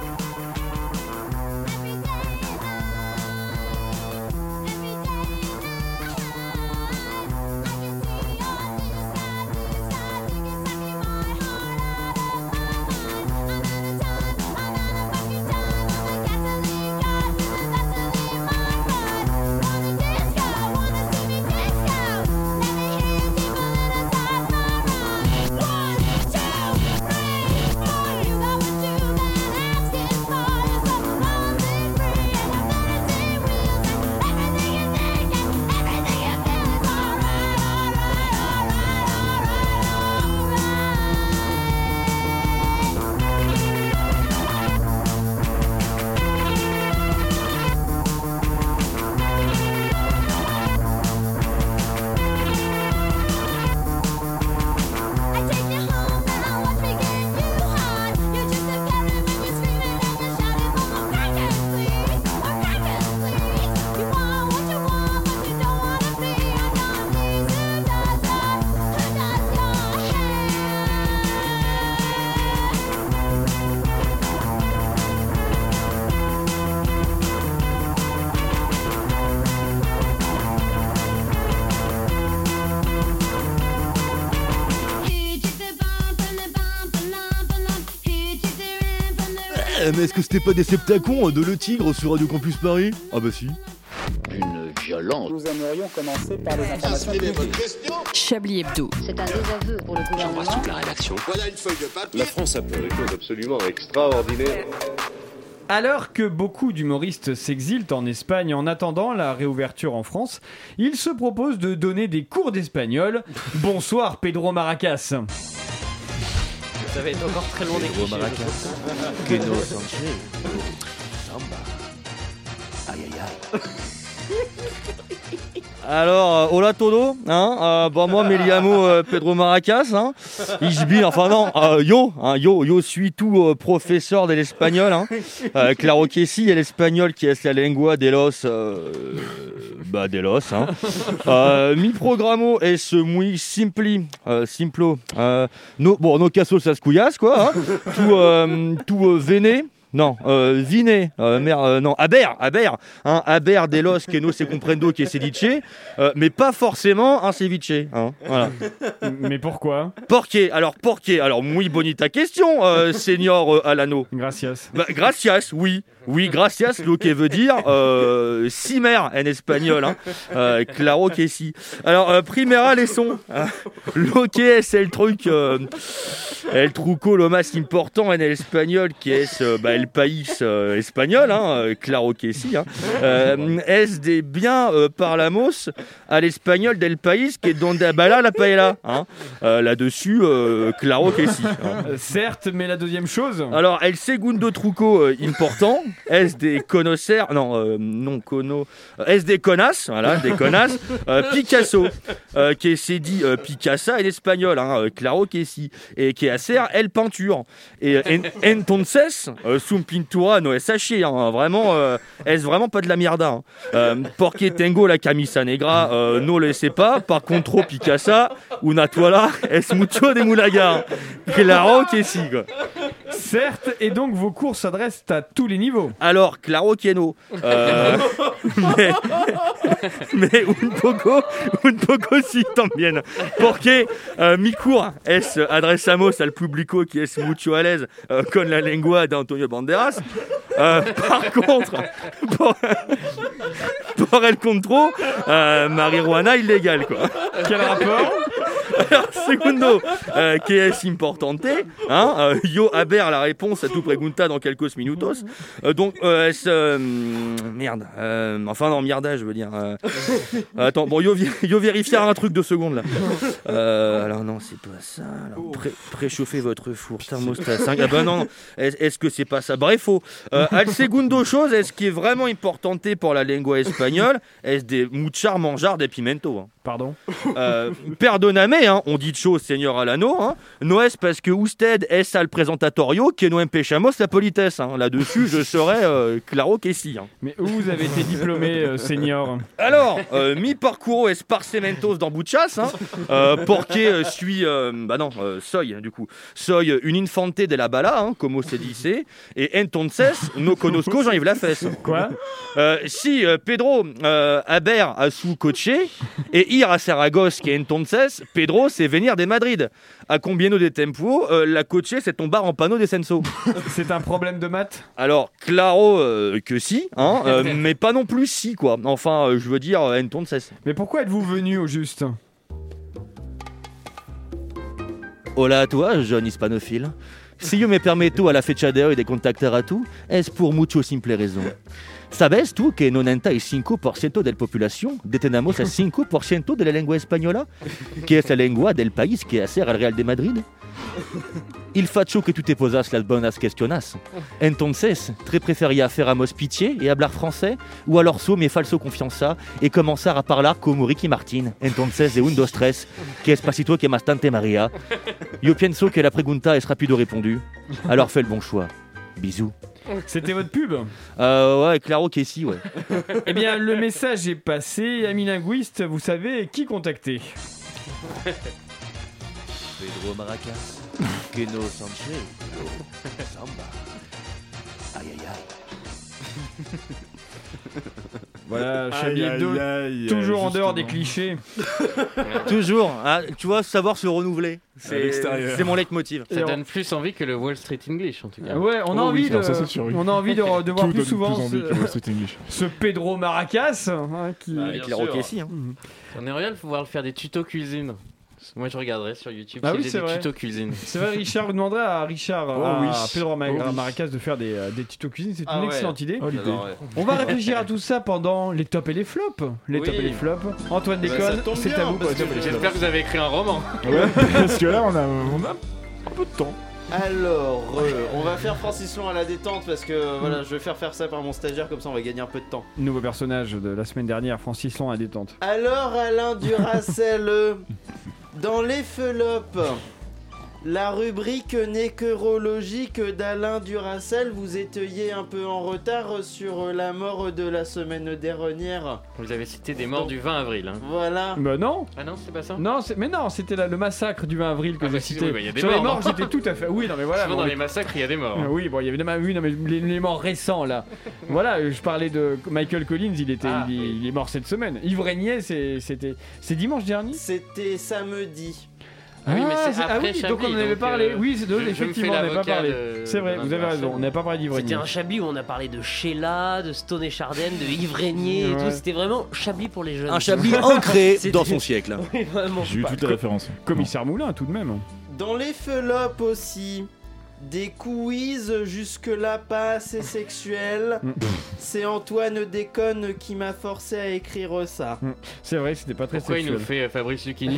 I
Eh, mais est-ce que c'était pas des septacons euh, de Le Tigre sur Radio Campus Paris Ah bah si.
Une violence. Nous aimerions commencer par les informations
Inscrivez votre
publiques.
Chablis Hebdo.
C'est un désaveu pour le gouvernement.
toute la rédaction. Voilà une feuille de papier. La France a fait des choses absolument extraordinaires.
Alors que beaucoup d'humoristes s'exilent en Espagne en attendant la réouverture en France, il se propose de donner des cours d'espagnol. Bonsoir Pedro Maracas.
Ça va être encore très loin des
Pedro
clichés, je
Maracas.
pense.
Guido
Alors, euh, hola todo, hein, euh, bah, moi me llamo euh, Pedro Maracas, hein, ich bin, enfin non, euh, yo, hein, yo, yo suis tout euh, professeur de l'espagnol, hein, euh, claro que sí, el español que es la lengua de los, euh, bah, de los, hein. Euh, mi programo es muy simpli, euh, simplo, euh, no, bon, no caso las cuyas, quoi, hein, tout, euh, tout euh, véné, non, euh, Vinet, euh, merde, euh, non, Aber, Aber, hein, Aber, Delos, Keno, c'est comprendo, qui est ceviche, euh, mais pas forcément un ceviche, hein, voilà.
Mais pourquoi
Porqué, alors porqué, alors muy bonita question, euh, senior euh, Alano.
Gracias.
Bah, gracias, oui. Oui, gracias, lo que veut dire euh, cimer en espagnol. Hein. Euh, claro que si. Alors, euh, primera leçon. hein. lo que es el truc, euh, el truco lo más important en espagnol, que es euh, bah, el país euh, espagnol. Hein. Euh, Claro que si. Hein. Euh, es de bien euh, parlamos à l'espagnol del país que donde bala la paella. Hein. Euh, Là-dessus, euh, claro que si. hein.
Euh, Certes, mais la deuxième chose.
Alors, El Segundo Truco euh, important, est des conocer, non, euh, non, cono, euh, est des connasses, voilà, des connasses, euh, Picasso, euh, qui s'est dit euh, Picasso en espagnol, hein, euh, claro que si, et qui hacer El Peinture. Et euh, en- entonces, euh, sum pintura no es haché, hein, vraiment, euh, est vraiment pas de la mierda. hein. Euh, porque tengo la camisa negra, euh, no le sé pas, par contre, Picasso, una toala, es mucho de moulaga. Claro que si, quoi.
Certes, et donc vos cours s'adressent à tous les niveaux.
Alors, Claro Kieno. Euh, mais, mais un poco, un poco si también. Porque euh, mi cours es adresamos al público que es mucho a l'aise euh, con la lengua d'Antonio Banderas. Euh, par contre, pour, pour el contro, euh, marijuana illégale quoi.
Quel rapport
Alors, segundo, euh, que es importante, hein, euh, yo haber la réponse à tu pregunta dans quelques minutos. Euh, donc, euh, es, euh, merde, euh, enfin non, mierdage, je veux dire. euh, attends, bon, yo, vi- yo vérifier un truc de secondes là. Euh, alors non, c'est pas ça. Alors, pré- préchauffez votre four thermostat 5. Ah bah non, est- est-ce que c'est pas ça Bref, euh, al segundo chose, est-ce qui est vraiment importante pour la lengua espagnole, est des mouchar manjar des pimento. hein.
Pardon
Euh, perdoname, hein, on dit de choses, Seigneur Alano. Hein. No es parce que usted es al presentatorio que no empechamos la politesse. hein. Là-dessus, je serais euh, claro que si. hein.
Mais où vous avez été diplômé, euh, senior
Alors, euh, mi parcours esparcementos dans Bouchas, hein, euh, porque euh, suis, euh, bah non, euh, soy du coup, soy une infante de la bala, hein, como se dice, et entonces no conozco Jean-Yves Lafesse.
Quoi
euh, Si euh, Pedro euh, haber a su coaché et ir a Saragosse que entonces, Pedro c'est venir des Madrid. A combien de tempo euh, la coaché c'est ton bar en panneau des Senso.
C'est un problème de maths
Alors, claro euh, que si, hein, euh, mais pas non plus si, quoi. Enfin, euh, je veux dire, euh, entonces.
Mais pourquoi êtes-vous venu au juste
Hola à toi, jeune hispanophile. Si yo me permito a la fecha de hoy de contactar a tú, es por mucho simple razón. ¿Sabes tú que 95% de la población detenemos el 5% de la lengua española, que es la lengua del país que hace al Real de Madrid? Il facho que tú te posas las buenas cuestiones. Entonces, te prefería hacer amos pitié y hablar français, o alors so me falso confianza y comenzar a hablar como Ricky Martin. Entonces, de un, dos, tres, que es pasito que bastante María. Yo pienso que la pregunta es rápido répondu. Alors fais le bon choix. Bisous.
C'était votre pub
Euh, ouais, Claro que si, ouais.
Eh bien, le message est passé. Ami linguiste, vous savez qui contacter
Pedro Maracas, Keno Sanchez, Samba. Aïe aïe aïe.
Voilà,
Aïe,
Chablis
aïe,
Hebdo,
aïe,
Euh, toujours en dehors des
justement.
clichés.
Toujours, hein, tu vois, savoir se renouveler. C'est c'est mon leitmotiv.
Ça donne plus envie que le Wall Street English en tout cas.
Ouais, on a
Oh
envie de, on a envie de, de voir plus souvent ce, ce Pedro Maracas hein, qui
Bah, bien sûr.
Mhm.
On aimerait bien pouvoir le faire des tutos cuisine. Moi je regarderai sur YouTube
Ah
si
oui,
j'ai
c'est
des
vrai.
tutos cuisine.
C'est vrai, Richard, vous demanderez à Richard,
Oh
à
oui.
Pedro Ma-
Oh oui.
Maracas de faire des, euh, des tutos cuisine. C'est
Ah
une
ouais.
excellente idée.
Oh, l'idée. J'adorerais.
On va réfléchir à tout ça pendant les tops et les flops. Les
Oui.
tops et les flops. Antoine
Bah,
Déconne,
ça tombe
c'est
bien,
à vous.
parce que
pour les tops et les flops.
J'espère que vous avez écrit un roman.
Ouais, parce que là, on a, on a un peu de temps.
Alors, euh, on va faire Francis Long à la détente parce que euh, voilà, je vais faire faire ça par mon stagiaire, comme ça on va gagner un peu de temps.
Nouveau personnage de la semaine dernière, Francis Long à détente.
Alors Alain Duracel, euh, dans l'effelope, la rubrique nécrologique d'Alain Duracel, vous étiez un peu en retard sur la mort de la semaine dernière.
Vous avez cité des morts du 20 avril. hein.
Voilà.
Bah non
Ah non, c'est pas ça
Non, c'est- mais non, c'était la- le massacre du 20 avril que j'ai
si,
cité.
oui, bah, il y a des
Sur les
morts,
morts,
non
j'étais tout à fait. Oui, non, mais voilà.
Souvent
bon,
dans
mais-
les massacres, il y a des morts. hein.
Ah oui, bon, il y avait des oui, non, mais les, les morts récents là. voilà, je parlais de Michael Collins, il était,
Ah.
il, est- il est mort cette semaine. Yves Régnier, c'est- c'était, c'est dimanche dernier.
C'était samedi.
Ah oui, mais c'est
c'est-
après
donc on en
Chablis,
avait
donc,
parlé.
euh,
oui, c'est
je- je me
effectivement,
fais
on n'avait pas
l'avocat
parlé.
de-
C'est vrai,
de
vous avez raison,
Vincent.
on n'avait pas parlé d'Yves
C'était
Régnier.
un Chablis où on a parlé de Sheila, de Stone et Chardenne, de Yves Régnier et
Ouais.
tout. C'était vraiment Chablis pour les jeunes.
Un Chablis ancré
C'était-
dans son siècle.
Oui, vraiment.
J'ai eu
Pas-
toutes les
co-
références.
Commissaire Moulin, tout de même.
Dans l'effelope aussi, des quiz jusque-là pas assez sexuels.
Mm.
C'est Antoine Déconne qui m'a forcé à écrire ça.
C'est vrai, c'était pas très
Pourquoi il
sexuel.
nous fait euh, Fabrice Lucchini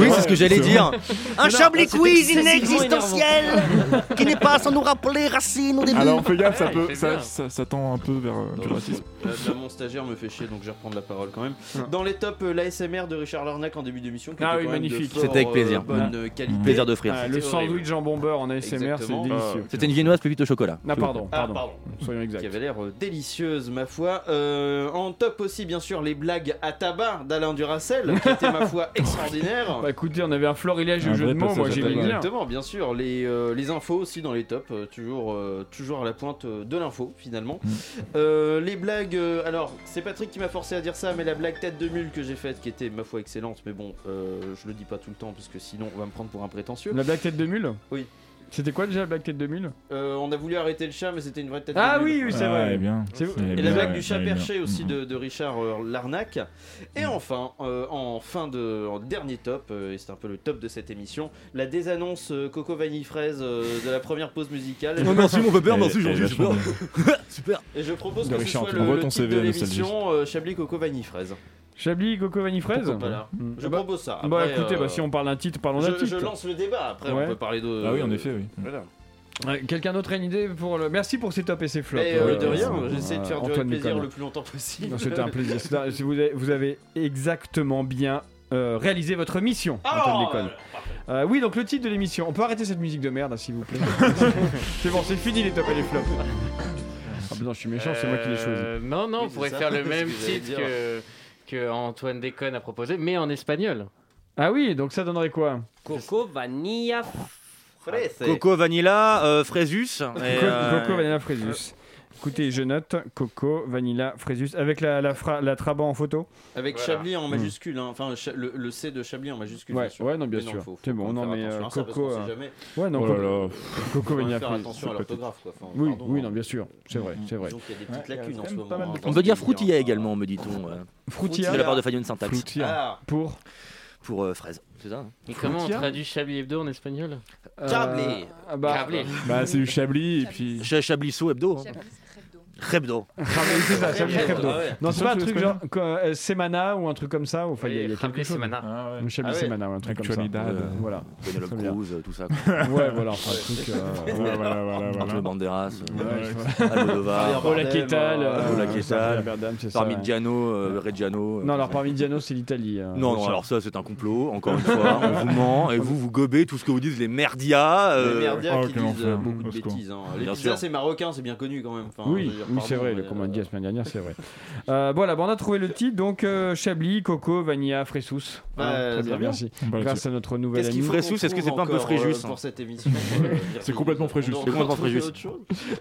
Oui, c'est ce que j'allais dire.
Un
ah,
Chablis
quiz
inexistentiel
qui n'est pas sans nous rappeler Racine au
Alors fais gaffe, ça,
Ouais, Ah, il
peut,
fait
ça,
bien.
ça, ça tend un peu vers euh, du racisme.
Là, là, mon stagiaire me fait chier donc je vais reprendre la parole quand même. Dans les tops, euh, l'ASMR de Richard Larnac en début d'émission. qui
Ah
était
oui,
quand même de
magnifique.
fort,
C'était avec plaisir.
euh, bonne
Mmh.
euh, qualité.
Plaisir d'offrir.
Ah, le
C'était horrible.
sandwich jambon beurre en ASMR, c'est
Exactement.
délicieux.
C'était une viennoise plus vite au chocolat.
Ah, pardon,
Ah,
pardon.
pardon.
Soyons exacts.
Qui avait l'air euh, délicieuse, ma foi. Euh, en top aussi, bien sûr, les blagues à tabac d'Alain Duracel, qui étaient, ma foi, extraordinaires.
Bah écoutez, on avait un florilège de jeux de mots, moi j'aimais bien.
Exactement, bien sûr. Les, euh, les infos aussi dans les tops, euh, toujours, euh, toujours à la pointe euh, de l'info finalement.
Mm.
Euh, les blagues, euh, alors c'est Patrick qui m'a forcé à dire ça, mais la blague tête de mule que j'ai faite, qui était ma foi excellente, mais bon, euh, je le dis pas tout le temps parce que sinon on va me prendre pour un prétentieux.
La blague tête de mule
Oui.
C'était quoi déjà la blague tête de mule
Euh, on a voulu arrêter le chat, mais c'était une vraie tête
Ah
de mule.
oui, oui, c'est
Ah,
vrai.
eh bien.
C'est-
Eh
Et la
bien,
blague
ouais,
du chat
eh bien. Mm.
perché aussi de, de Richard euh, Larnac. Et enfin, euh, en fin de en dernier top, euh, et c'est un peu le top de cette émission, la désannonce euh, Coco Vanille Fraise euh, de la première pause musicale.
Non, merci, mon pépère, merci,
Elle est
aujourd'hui,
vachement
super. Super.
Et je propose
De
que
Richard, tu
ce soit le,
envoies
le
ton
titre
CV
de
à
l'émission euh, Chablis Coco Vanille Fraise.
Chablis, Coco Vanille Fraise
Pourquoi pas, là
Mm.
Je
Ah bah-
propose ça.
bah
Après,
écoutez,
euh,
bah, si on parle d'un titre, parlons d'un
Je,
titre.
je lance le débat, après
Ouais.
on peut parler de...
Ah oui, en effet, oui.
Voilà.
Ouais, Quelqu'un d'autre a une idée pour le. Merci pour ces tops et ces flops.
Mais, euh,
Ouais,
de
ouais,
rien,
ouais,
j'essaie de
ouais,
faire durer
Antoine
le plaisir
Déconne.
le plus longtemps possible.
Non, C'était un plaisir. C'est un- c'est- Vous avez, vous avez exactement bien euh, réalisé votre
Ah
mission, Antoine Déconne. Euh, oui, donc le titre de l'émission. On peut arrêter cette musique de merde, hein, s'il vous plaît. c'est bon, c'est fini les tops et les flops. Ah ben non, je suis méchant, c'est moi qui les
Euh,
choisis.
Non, non,
Oui,
on
c'est
pourrait
ça,
faire
c'est
le
ce
même
que j'allais
titre
dire.
que, que Antoine Déconne a proposé, mais en espagnol.
Ah oui, donc ça donnerait quoi
Coco Vanilla Fraise.
Coco Vanilla, euh, Frésus. et,
Co-
euh,
Coco Vanilla Frésus. Écoutez, je note Coco Vanilla Frésus avec la, la, fra- la Trabant en photo.
Avec Chablis en majuscule, hein. enfin cha- le, le C de Chablis en majuscule.
Hmm. Ouais,
bien sûr.
ouais, non, bien
Mais
sûr.
faut- faut
C'est bon,
quand même
non,
faire
mais,
attention
euh,
à ça, parce qu'on
Coco,
sait
euh,
jamais. Oh
ouais, non,
Faut
Coco-
quand même
Coco Vanilla
faire
Frais,
attention à
c'est
l'orthographe, quoi. Enfin,
oui,
pardon,
oui,
hein.
non, bien sûr, c'est vrai,
Mm.
c'est vrai.
Donc il y a des petites lacunes en ce
pas
moment.
mal
hein.
On peut dire Frutia également, me dit-on. euh,
Frutia.
De la part de Fayoun Syntax.
Frutia.
Ah.
Pour
Pour euh, fraise. C'est ça hein
Et comment on
Frontière
traduit Chablis Hebdo en espagnol
Euh, Chablis. ah bah-
Chablis.
Bah, c'est du Chablis et puis.
Cha- Chablisso hebdo. hein. Hebdo.
Chablis, Ah, c'est ça, Chablis Hebdo.
Ah ouais.
Non,
C'est
c'est pas
ça,
un
tu
truc
veux
genre quoi, euh, Semana ou un truc comme ça. Enfin, il y a- il y a
Chablis
quelque chose.
Semana.
Un Chablis
Ah ouais.
Semana ou un truc comme ça.
Actualidad.
Euh, Voilà.
Penelope
Très bien.
Cruz, euh, tout ça.
Ouais, voilà, enfin, un truc. euh, ouais, voilà, voilà, voilà.
Antonio Banderas, euh,
Ouais, ouais.
Almodovar,
Ola Ketal, euh,
Ola
Javier
Ketal,
Bardem, c'est ça, ouais.
Parmigiano, euh, Reggiano. euh,
Non,
tout
alors
ça.
Parmigiano, c'est l'Italie. euh,
Non, non,
ça.
alors ça c'est un complot, encore une fois, on vous ment, et vous, vous gobez tout ce que vous disent les merdias.
Les
euh,
merdias
oh,
qui
quel
disent
enfer.
euh, beaucoup de
Au secours.
bêtises. hein. Les
Bien
pizzas,
sûr.
c'est marocain, c'est bien connu quand même. Enfin,
Oui.
je veux dire. euh,
Oui, c'est vrai, le- comme on a dit la semaine dernière, c'est vrai. Euh, voilà, bon, on a trouvé le titre, donc euh, Chablis, Coco, Vanilla, Fressous.
Bah,
Voilà, très
c'est
bien,
bien.
merci.
Bon, ok.
Grâce à notre nouvelle
Qu'est-ce
amie.
qu'il faut Fressous, qu'on est-ce que c'est pas un peu trouve encore, Fréjus, euh, pour hein cette émission, euh,
C'est complètement Fréjus.
on doit encore trouver autre chose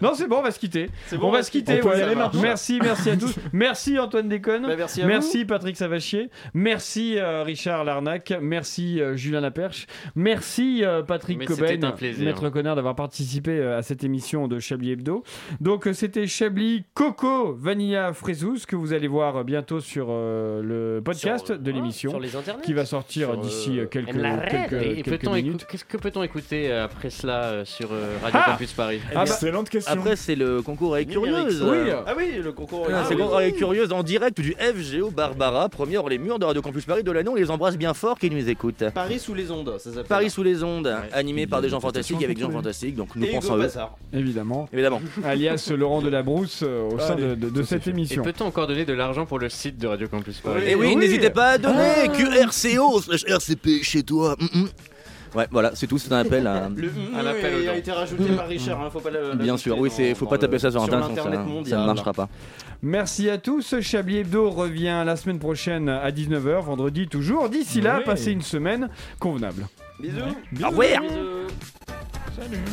Non, c'est bon, on va se quitter.
C'est bon,
on va
on
se quitter.
peut y
voilà.
aller maintenant.
Merci, merci à tous. Merci Antoine Déconne.
Bah, merci à
Patrick Savachier. Merci euh, Richard Larnac. Merci euh, Julien Laperche. Merci euh, Patrick
Mais
Coben,
c'était un plaisir.
maître connard, d'avoir participé euh, à cette émission de Chablis Hebdo. Donc euh, c'était Chablis Coco Vanilla Frézouz que vous allez voir euh, bientôt sur euh, le podcast de l'émission
sur les internets.
qui va sortir
Sur,
d'ici euh,
euh,
quelques,
la raid.
quelques,
Et
quelques
peut-on
minutes.
écou- Qu'est-ce que peut-on écouter euh, après cela euh, sur euh, Radio
Ah
Campus Paris
Ah bah- Excellente
question. Après, c'est le concours avec Curieuse.
ah oui le concours
Ah, c'est
Ah oui.
Concours avec Curieuse en direct du FGO Barbara, premier hors les murs de Radio Campus Paris de l'année. On les embrasse bien fort qui nous écoutent.
Paris sous les ondes ça s'appelle
Paris sous les ondes, animé par des gens fantastiques
Attention,
avec des gens
oui.
fantastiques. Donc nous
Et
pensons
Hugo
à eux.
Bazar.
Évidemment.
Évidemment.
Alias Laurent de la Brousse euh, au sein de, de- de cette
Et
émission.
peut-on encore donner de l'argent pour le site de Radio Campus Paris
Et oui,
Eh Oui.
n'hésitez pas à donner
Ah.
QRCO slash RCP chez toi. Mm, mm. Ouais, voilà, c'est tout, c'est un appel à.
le mm,
Un appel
il
aux
a
dons.
été rajouté par Richard hein, faut pas le-
Bien sûr, oui, c'est faut pas
dans le-
taper ça sur
sur
internet, sinon
l'internet
ça- ça,
mondial.
ne marchera pas.
Merci à tous. Chablis Hebdo revient la semaine prochaine à 19h, vendredi toujours. D'ici là,
Oui.
passez une semaine convenable.
Ah hein.
bisous
Au revoir.
Bisous.
Salut.